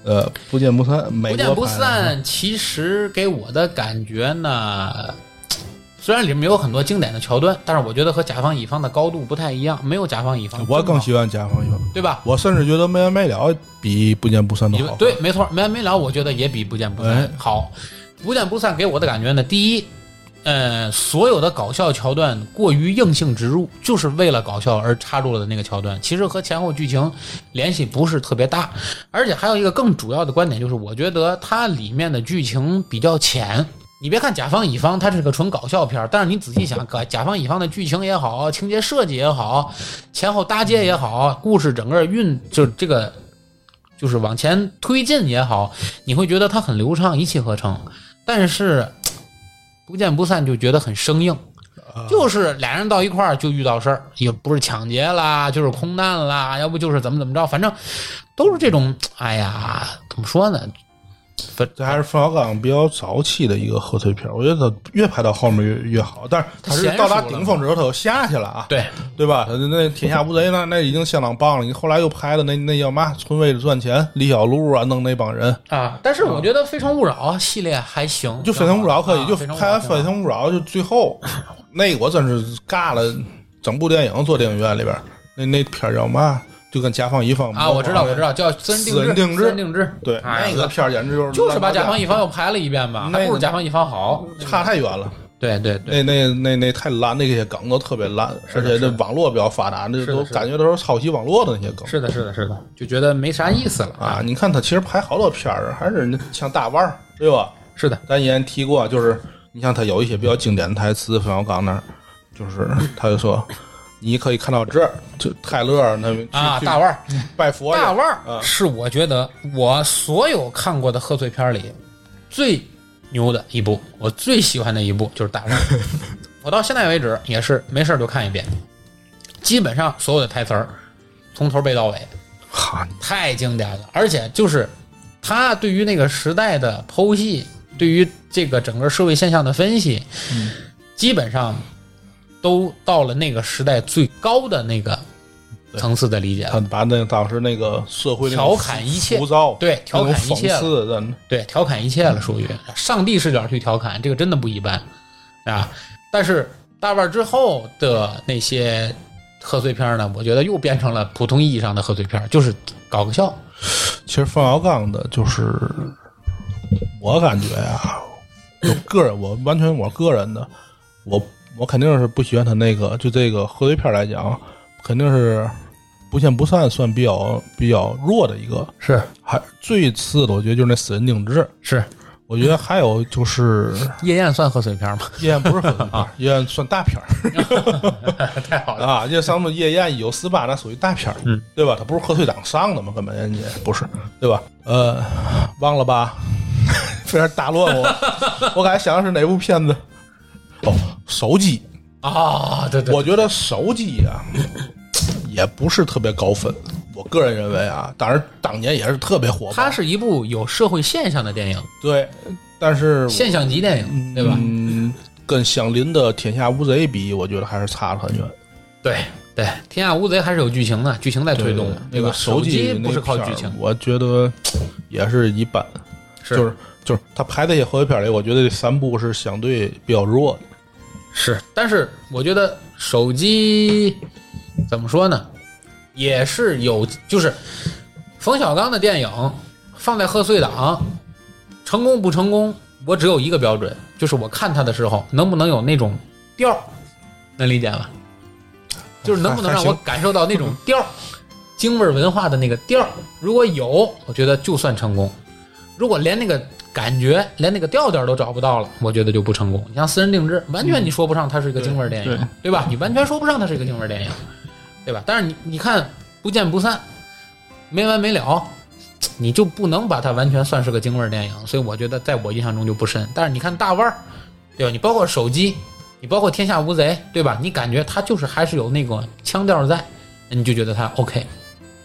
呃，不见不散，美不国见不拍的散，其实给我的感觉呢，虽然里面有很多经典的桥段，但是我觉得和甲方乙方的高度不太一样，没有甲方乙方，我更喜欢甲方乙方，对吧？我甚至觉得没完没了比不见不散都你好。对，，没错，没完没了，我觉得也比不见不散哎好。不见不散给我的感觉呢，第一，呃，所有的搞笑桥段过于硬性植入，就是为了搞笑而插入了的那个桥段，其实和前后剧情联系不是特别大。而且还有一个更主要的观点就是，我觉得它里面的剧情比较浅。你别看甲方乙方，它是个纯搞笑片儿，但是你仔细想，甲甲方乙方的剧情也好，情节设计也好，前后搭接也好，故事整个运就这个就是往前推进也好，你会觉得它很流畅，一气呵成。但是不见不散就觉得很生硬，啊就是俩人到一块儿就遇到事儿，也不是抢劫啦，就是空难啦，要不就是怎么怎么着，反正都是这种。哎呀，怎么说呢？反这还是冯小刚比较早期的一个贺岁片，我觉得他越拍到后面越越好，但是他是到达顶峰之后他又下去了啊，对对吧？他那天下无贼那那已经相当棒了，你后来又拍的那那叫嘛？村为了赚钱，李小璐啊，弄那帮人，啊，但是我觉得《非诚勿扰》啊系列还行，就《非诚勿扰》可以，啊就非诚勿拍扰完《挺好非诚勿扰》就最后那个我真是尬了整部电影，坐电影院里边儿那那片儿叫嘛？就跟甲方乙方啊，我知道，我知道，道，叫私人定私人定制私人定制，对哎那个片儿简直就是就是把乱甲八方乙方又排了一遍吧，那还不如甲方乙方好。差太远了，对对对，那那那那太烂，那些梗都特别烂，是而的且是这的网络比较发达，这是的都是的感觉都是抄袭网络的那些梗是的，是的，是的，就觉得没啥意思了啊。。你看他其实拍好多片儿，还是像大腕儿，对吧？是的，咱以前提过，就是你像他有一些比较经典的台词，冯小刚那儿，就是他就说。你可以看到这儿，就泰勒那去啊，去大腕儿，拜佛去大腕啊儿是我觉得我所有看过的贺岁片里最牛的一部，我最喜欢的一部就是大腕儿。我到现在为止也是没事儿就看一遍，基本上所有的台词儿从头背到尾，哈，太经典了。而且就是他对于那个时代的剖析，对于这个整个社会现象的分析，基本上都到了那个时代最高的那个层次的理解了他把那个当时那个社会那种调侃一切浮躁，对调侃一切那种讽刺的，对，调侃一切了，属于上帝视角去调侃，这个真的不一般啊。但是大腕儿之后的那些贺岁片呢，我觉得又变成了普通意义上的贺岁片，就是搞个笑。其实冯小刚的，就是我感觉呀、就个人，我完全我个人的，我我肯定是不喜欢他那个，就这个贺岁片来讲，肯定是不见不散，算比较比较弱的一个。是还最次的，我觉得就是那死人定制。是，我觉得还有就是， 夜宴算贺岁片吗？夜宴不是贺岁片，夜宴算大片儿。啊 太好了，啊，这上面夜宴有四八，那属于大片儿，嗯，对吧？它不是贺岁档上的嘛，根本人家不是，对吧？呃，忘了吧？ 非常打乱我，我刚才想的是哪部片子？哦，手机， 啊、对对，我觉得手机啊，也不是特别高分。我个人认为啊，当然当年也是特别火它爆，是一部有社会现象的电影，对，但是现象级电影，对吧？嗯，跟相邻的《天下无贼》比，我觉得还是差得很远。对对，《天下无贼》还是有剧情的，剧情在推动对的。那对吧个手机那不是靠片儿剧情，我觉得也是一般，是就是就是他拍的一些合拍片里，我觉得这三部是相对比较弱的。是，但是我觉得手机怎么说呢，也是有，就是冯小刚的电影放在贺岁档，成功不成功，我只有一个标准，就是我看他的时候能不能有那种调儿，能理解吗？就是能不能还还让我行感受到那种调儿，京味儿文化的那个调儿，如果有，我觉得就算成功。如果连那个感觉、连那个调调都找不到了，我觉得就不成功。你像私人定制，完嗯全你说不上它是一个京味儿电影，对对对吧？你完全说不上它是一个京味儿电影，对吧？但是你你看不见不散，没完没了，你就不能把它完全算是个京味儿电影。所以我觉得在我印象中就不深。但是你看大腕儿，对吧？你包括手机，你包括天下无贼，对吧？你感觉它就是还是有那个腔调在，你就觉得它 OK，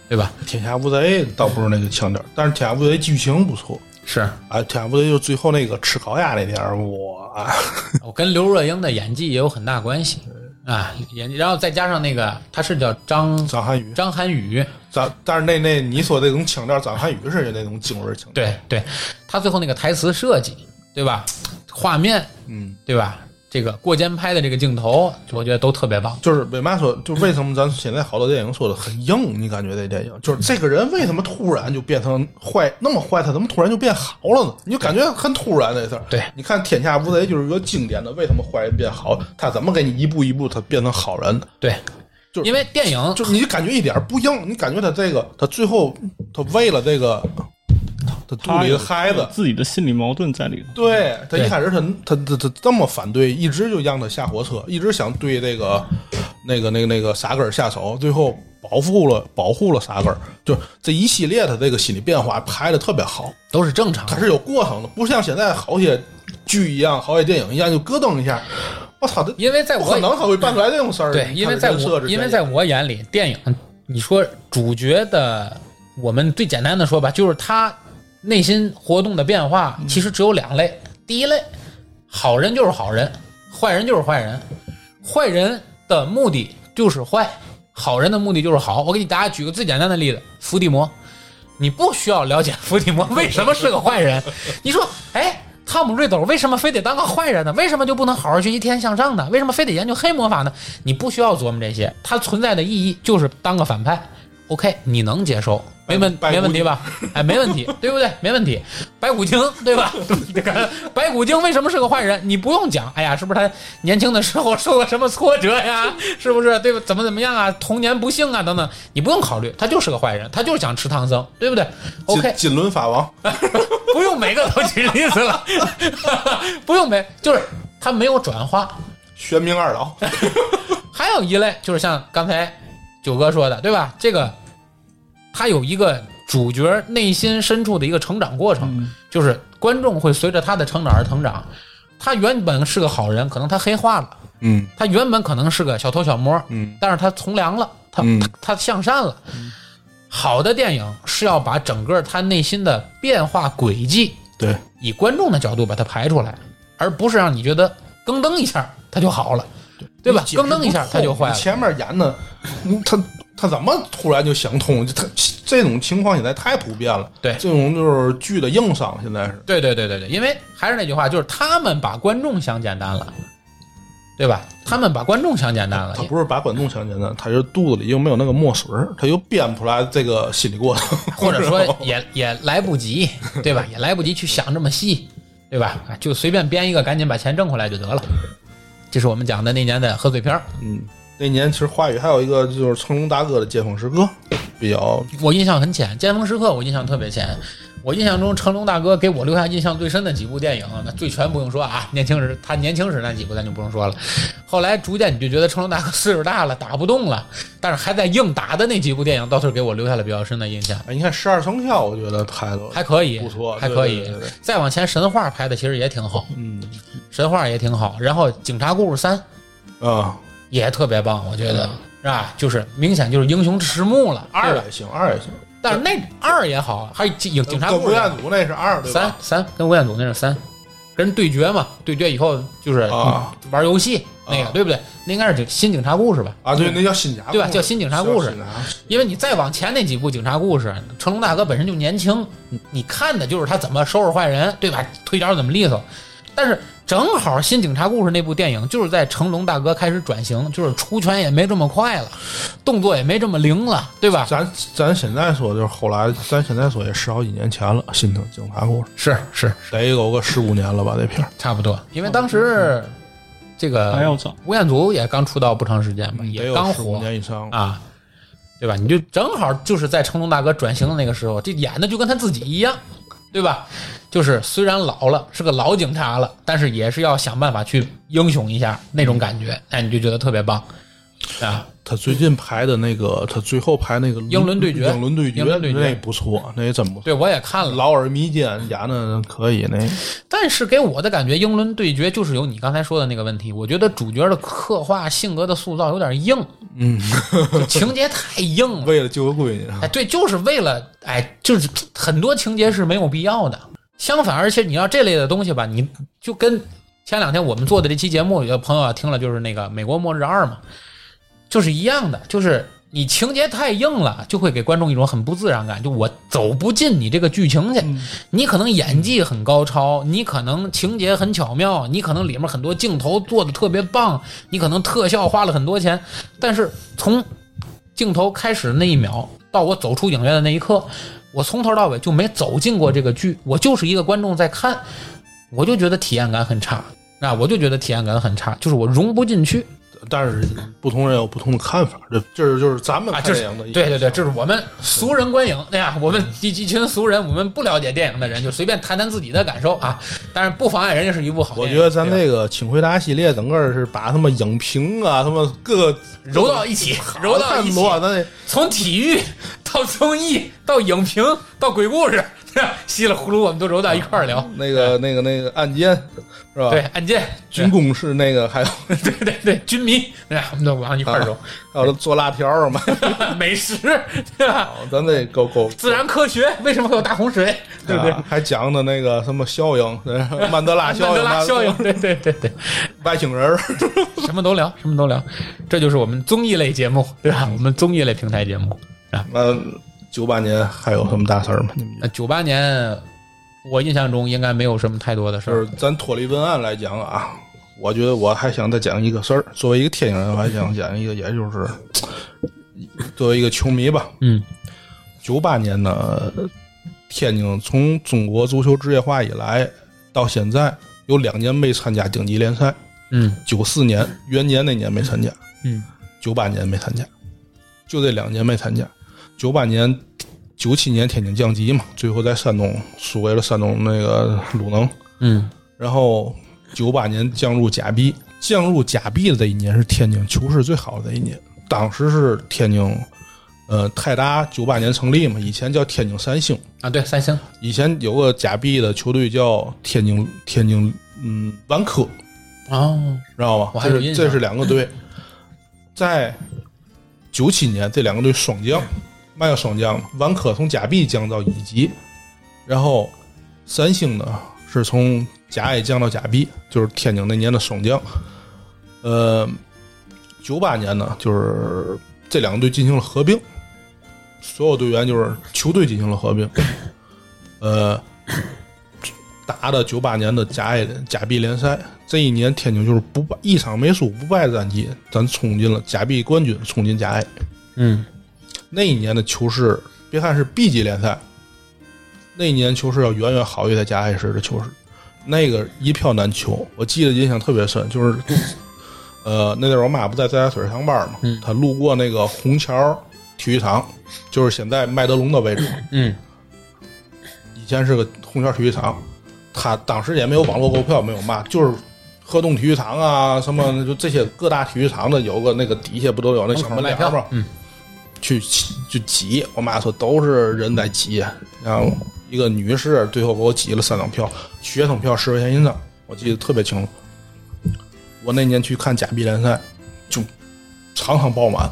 对吧？天下无贼倒不是那个强点儿，但是天下无贼剧情不错。是啊，天下无贼就最后那个吃烤鸭那点儿，哇， 我跟刘若英的演技也有很大关系啊，演然后再加上那个他是叫张张涵予，张涵予，张但是那那你说那种腔调，张涵予是那种京味儿腔调。对对，他最后那个台词设计，对吧？画面，嗯，对吧？这个过肩拍的这个镜头，我觉得都特别棒。就是为嘛说，就为什么咱现在好多电影说的很硬？你感觉这电影就是这个人为什么突然就变成坏那么坏？他怎么突然就变好了呢？你就感觉很突然这事儿。对你看《天下无贼》就是一个经典的，为什么坏人变好？他怎么给你一步一步他变成好人的？对，就是因为电影就是你感觉一点儿不硬，你感觉他这个他最后他为了这个他肚里的孩子。自己的心理矛盾在里头。对他对一开始他他他他这么反对，一直就让他下火车，一直想对这个那个那个那个傻根儿下手，最后保护了保护了傻根儿，就这一系列他这个心理变化拍的特别好，都是正常它的，是有过程的，不像现在好些剧一样，好些电影一样就咯噔一下，我操，这因为在不我可能他会办出来这种事儿，对，因为在他的人设我之间因为在我眼里，电影你说主角的，我们最简单的说吧，就是他内心活动的变嗯化，其实只有两类。第一类，好人就是好人，坏人就是坏人，坏人的目的就是坏，好人的目的就是好。我给你大家举个最简单的例子，伏地魔，你不需要了解伏地魔 为什么是个坏人。你说，哎，汤姆·瑞斗为什么非得当个坏人呢？为什么就不能好好学习、天天向上呢？为什么非得研究黑魔法呢？你不需要琢磨这些，它存在的意义就是当个反派， OK，你能接受，没问白骨没问题吧？哎，没问题，对不对？没问题。白骨精对吧？ 这个白骨精为什么是个坏人？你不用讲，哎呀，是不是他年轻的时候受了什么挫折呀？是不是对吧？怎么怎么样啊？童年不幸啊等等，你不用考虑，他就是个坏人，他就是想吃唐僧，对不对？OK，锦轮法王，不用每个都举例子了， 不用每就是他没有转化，玄冥 二老，还有一类就是像刚才九哥说的，对吧？这个他有一个主角内心深处的一个成长过程，嗯就是观众会随着他的成长而成长。他原本是个好人，可能他黑化了；嗯他原本可能是个小偷小摸，嗯但是他从良了，他、嗯他他向善了。好的电影是要把整个他内心的变化轨迹，对，以观众的角度把它排出来，而不是让你觉得更噔一下他就好了，对吧？更噔一下他就坏了。前面演的，嗯他他怎么突然就想通？他这种情况现在太普遍了。对这种就是剧的硬伤，现在是。对对对对对，因为还是那句话，就是他们把观众想简单了，对吧？他们把观众想简单了他，不是把观众想简单，他就是肚子里又没有那个墨水儿，他又编不出来这个心理过程，或者 哦说也也来不及，对吧？也来不及去想这么细，对吧？啊就随便编一个，赶紧把钱挣回来就得了。这是我们讲的那年的贺岁片儿，嗯，那年其实华语还有一个就是成龙大哥的《街坊诗歌》，比较我印象很浅，《尖峰时刻》我印象特别浅。我印象中，成龙大哥给我留下印象最深的几部电影，那《醉拳》不用说啊，年轻时他年轻时那几部咱就不用说了。后来逐渐你就觉得成龙大哥岁数大了，打不动了，但是还在硬打的那几部电影，倒是给我留下了比较深的印象，哎，你看《十二生肖》，我觉得拍的还可以，不错还可以。对对对对再往前，《神话》拍的其实也挺好，嗯《神话》也挺好，然后《警察故事三》啊，也特别棒，我觉嗯得、是吧？就是明显就是英雄迟暮了，二二了，也行，二也行。但是那二也好，还有警警察跟故吴事也好彦祖那是二对三吧？三跟吴彦祖那是三，跟人对决嘛，对决以后就是啊玩游戏那个，啊对不对？那应该是警新警察故事吧？啊，对，那叫新警察故事，对吧叫新警察故事叫新警察因为你再往前那几部警察故事，成龙大哥本身就年轻，你你看的就是他怎么收拾坏人，对吧？腿脚怎么利索。但是正好《新警察故事》那部电影就是在成龙大哥开始转型，就是出拳也没这么快了，动作也没这么灵了，对吧？ 咱咱现在说就是后来，咱现在说也十好几年前了，《新警警察故事是是，》得有个十五年了吧？这片儿差不多。因为当时这还要个早，吴彦祖也刚出道不长时间嘛，嗯得也有刚十五火，年以上了。啊，对吧？你就正好就是在成龙大哥转型的那个时候，这演的就跟他自己一样，对吧？就是虽然老了，是个老警察了，但是也是要想办法去英雄一下那种感觉，哎，你就觉得特别棒啊！他最近排的那个，他最后排那个英伦对决英伦对决，英伦对决那不错，那也真不错。对我也看了，劳尔·密坚演的可以，那个但是给我的感觉，英伦对决就是有你刚才说的那个问题，我觉得主角的刻画、性格的塑造有点硬，嗯，就情节太硬了。为了救个闺女，啊哎，对，就是为了哎，就是很多情节是没有必要的。相反，而且你要这类的东西吧，你就跟前两天我们做的这期节目，有的朋友啊听了就是那个《美国末日二》嘛，就是一样的，就是你情节太硬了，就会给观众一种很不自然感，就我走不进你这个剧情去。你可能演技很高超，你可能情节很巧妙，你可能里面很多镜头做的特别棒，你可能特效花了很多钱，但是从镜头开始那一秒到我走出影院的那一刻，我从头到尾就没走进过这个剧，我就是一个观众在看，我就觉得体验感很差。啊，我就觉得体验感很差，就是我融不进去但是不同人有不同的看法，这这是就是咱们啊！看这电是影的一个对对对，这是我们俗人观影，哎对呀、我嗯们一一群俗人，我们不了解电影的人，就随便谈谈自己的感受啊。但是不妨碍人家是一部好我电觉影。得咱对吧那个《请回答》系列，整个是把他们影评啊，他们各个揉到一起，揉到一太起，乱了，从体育到综艺到影评到鬼故事，对吧稀里糊涂我们都揉到一块儿聊。那那个那个那个案件是吧？对，，案件军工是那个， 还有对对对，军迷，对吧，我们都往一块啊儿揉，还有做辣条儿嘛， 美食，对吧？咱得够 够自然科学为什么会有大洪水，对不对？啊还讲的那个什么效应，对曼德拉曼效德应，啊拉效应，对对对对，外星人儿，什么都聊，什么都聊，这就是我们综艺类节目，对吧？我们综艺类平台节目。嗯，九八年还有什么大事儿吗？你们觉那得？九八年，我印象中应该没有什么太多的事就儿是。咱脱离文案来讲啊，我觉得我还想再讲一个事儿。作为一个天津人，我还想讲一个，也就是作为一个球迷吧，嗯，九八年呢，天津从中国足球职业化以来到现在有两年没参加顶级联赛，嗯九四年元年那年没参加，嗯，九八年没参加，就这两年没参加。九八年、九七年天津降级嘛，最后在山东输给了山东那个鲁能，嗯然后九八年降入假币，降入假币的这一年是天津球市最好的一年，当时是天津，呃，泰达九八年成立嘛，以前叫天津三星，啊，对，三星，以前有个假币的球队叫天津天津嗯万科，哦，知道吗？我还有这印是象这是两个 队，在九七年这两个队双降，嘛叫双降？万科从甲 B 降到乙级，然后三星呢是从甲 A 降到甲 B，就是天津那年的双降。呃，九八年呢，就是这两个队进行了合并，所有队员就是球队进行了合并，呃。 打的九八年的甲 A 甲 B 联赛，这一年天津就是不败一场没输不败的战绩，咱冲进了甲 B 冠军，冲进甲 A。嗯那一年的球市，别看是 B 级联赛，那一年球市要远远好于在甲 A 时的球市。那个一票难求，我记得印象特别深，就是，呃，那阵儿我妈不在在家水上班嘛，她路过那个虹桥体育场，就是现在麦德龙的位置，嗯以前是个虹桥体育场，他当时也没有网络购票，没有嘛，就是河东体育场啊，什么就这些各大体育场的有个那个底下不都有那小门口门卖脸票吗？嗯，去就挤，我妈说都是人在挤，然后一个女士最后给我挤了三张票，学生票十块钱一张，我记得特别清楚。我那年去看假币联赛，就场场爆满。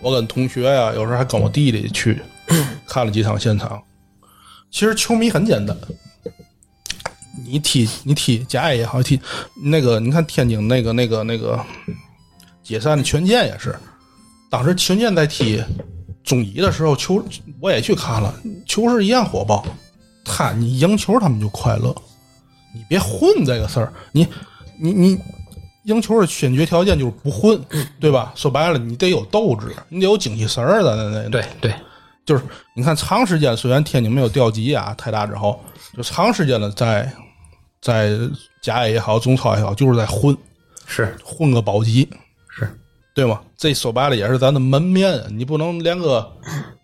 我跟同学呀、有时候还跟我弟弟去看了几场现场。其实球迷很简单，你踢你踢甲 A 也好，踢那个你看天津那个那个那个解散的权健也是，当时权健在踢中乙的时候，球我也去看了，球是一样火爆。他你赢球他们就快乐，你别混这个事儿，你你你。赢球的先决条件就是不混，对吧？说白了，你得有斗志，你得有精气神儿的。那那对对，就是你看，长时间虽然天津没有调级啊，泰达之后，就长时间的在在甲 A 也好，中超也好，就是在混是混个保级，是，对吗？这说白了也是咱的门面，啊你不能 连个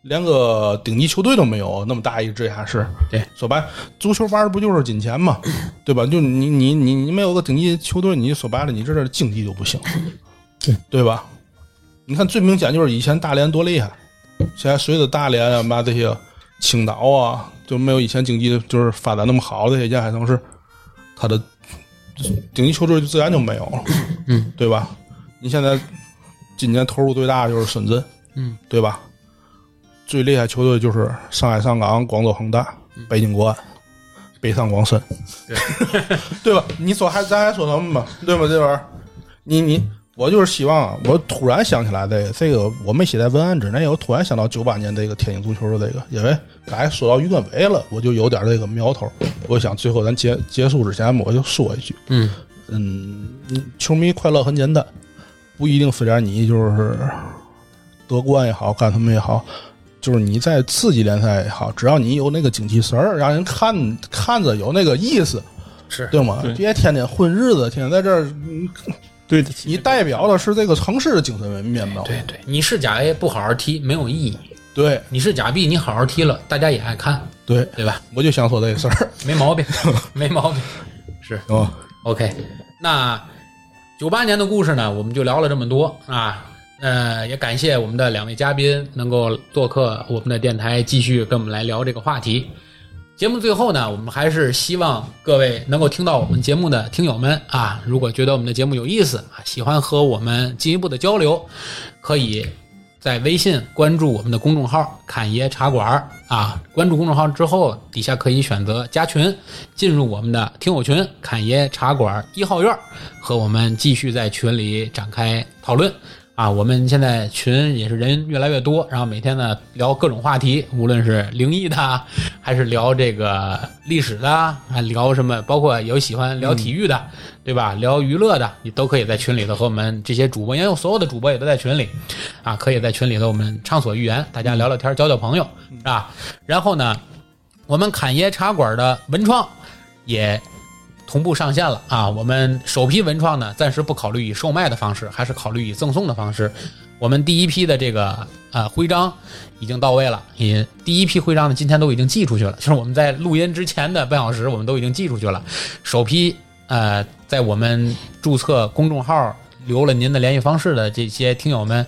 连个顶级球队都没有，那么大一个直辖市。对，说白了，足球玩的不就是金 钱嘛，对吧？就你你你你没有个顶级球队，你说白了，你这儿的竞技就 不行，对对吧？你看最明显就是以前大连多厉害，现在随着大连啊嘛这些青岛啊，就没有以前经济就是发展那么好的这些沿海城市，它的顶级球队就自然就没有了，嗯，对吧？你现在今年投入最大的就是深圳，嗯，对吧？最厉害球队就是上海上港、广州恒大、北京国安、北上广深，对吧？你说还咱还说什么嘛？对吧？这玩意儿，你你我就是希望啊，我突然想起来这个，这个我没写在文案之内，我突然想到九八年这个天津足球的这个，因为刚才说到于根伟了，我就有点这个苗头。我想最后咱结结束之前，我就说一句，嗯嗯，球迷快乐很简单，不一定非得你就是夺冠也好，干什么也好，就是你在次级联赛也好，只要你有那个精气神儿，让人看看着有那个意思，是对吗？对别天天混日子，天天在这儿，嗯对得起你代表的是这个城市的精神面貌。对对，你是甲 A 不好好踢没有意义，对你是甲 B 你好好踢了，大家也爱看，对，对吧？我就想说这个 事儿，没毛病，没毛病。行吧？ OK，那九八年的故事呢，我们就聊了这么多啊。呃，也感谢我们的两位嘉宾能够做客我们的电台，继续跟我们来聊这个话题。节目最后呢，我们还是希望各位能够听到我们节目的听友们啊，如果觉得我们的节目有意思啊，喜欢和我们进一步的交流，可以在微信关注我们的公众号“侃爷茶馆儿”啊，关注公众号之后，底下可以选择加群，进入我们的听友群“侃爷茶馆儿一号院儿”，和我们继续在群里展开讨论。啊，我们现在群也是人越来越多，然后每天呢聊各种话题，无论是灵异的啊，还是聊这个历史的啊，还聊什么，包括有喜欢聊体育的，对吧？聊娱乐的，你都可以在群里头和我们这些主播，因为所有的主播也都在群里，啊，可以在群里头我们畅所欲言，大家聊聊天，交交朋友，是吧？然后呢，我们侃爷茶馆的文创也同步上线了啊！我们首批文创呢，暂时不考虑以售卖的方式，还是考虑以赠送的方式。我们第一批的这个呃徽章已经到位了，也第一批徽章呢，今天都已经寄出去了，就是我们在录音之前的半小时，我们都已经寄出去了。首批呃，在我们注册公众号留了您的联系方式的这些听友们，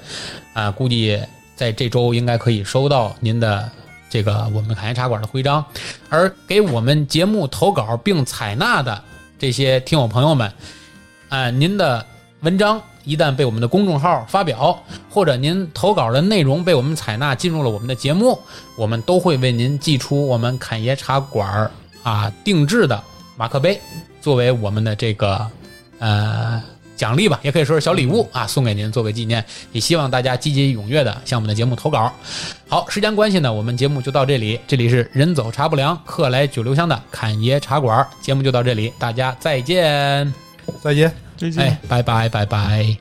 啊、估计在这周应该可以收到您的这个我们侃爷茶馆的徽章。而给我们节目投稿并采纳的这些听友朋友们，啊、您的文章一旦被我们的公众号发表，或者您投稿的内容被我们采纳进入了我们的节目，我们都会为您寄出我们侃爷茶馆儿啊定制的马克杯，作为我们的这个呃。奖励吧，也可以说是小礼物啊，送给您作为纪念。也希望大家积极踊跃的向我们的节目投稿。好，时间关系呢，我们节目就到这里。这里是人走茶不凉，客来酒留香的侃爷茶馆，节目就到这里，大家再见。哎再见。最近哎，拜拜拜拜。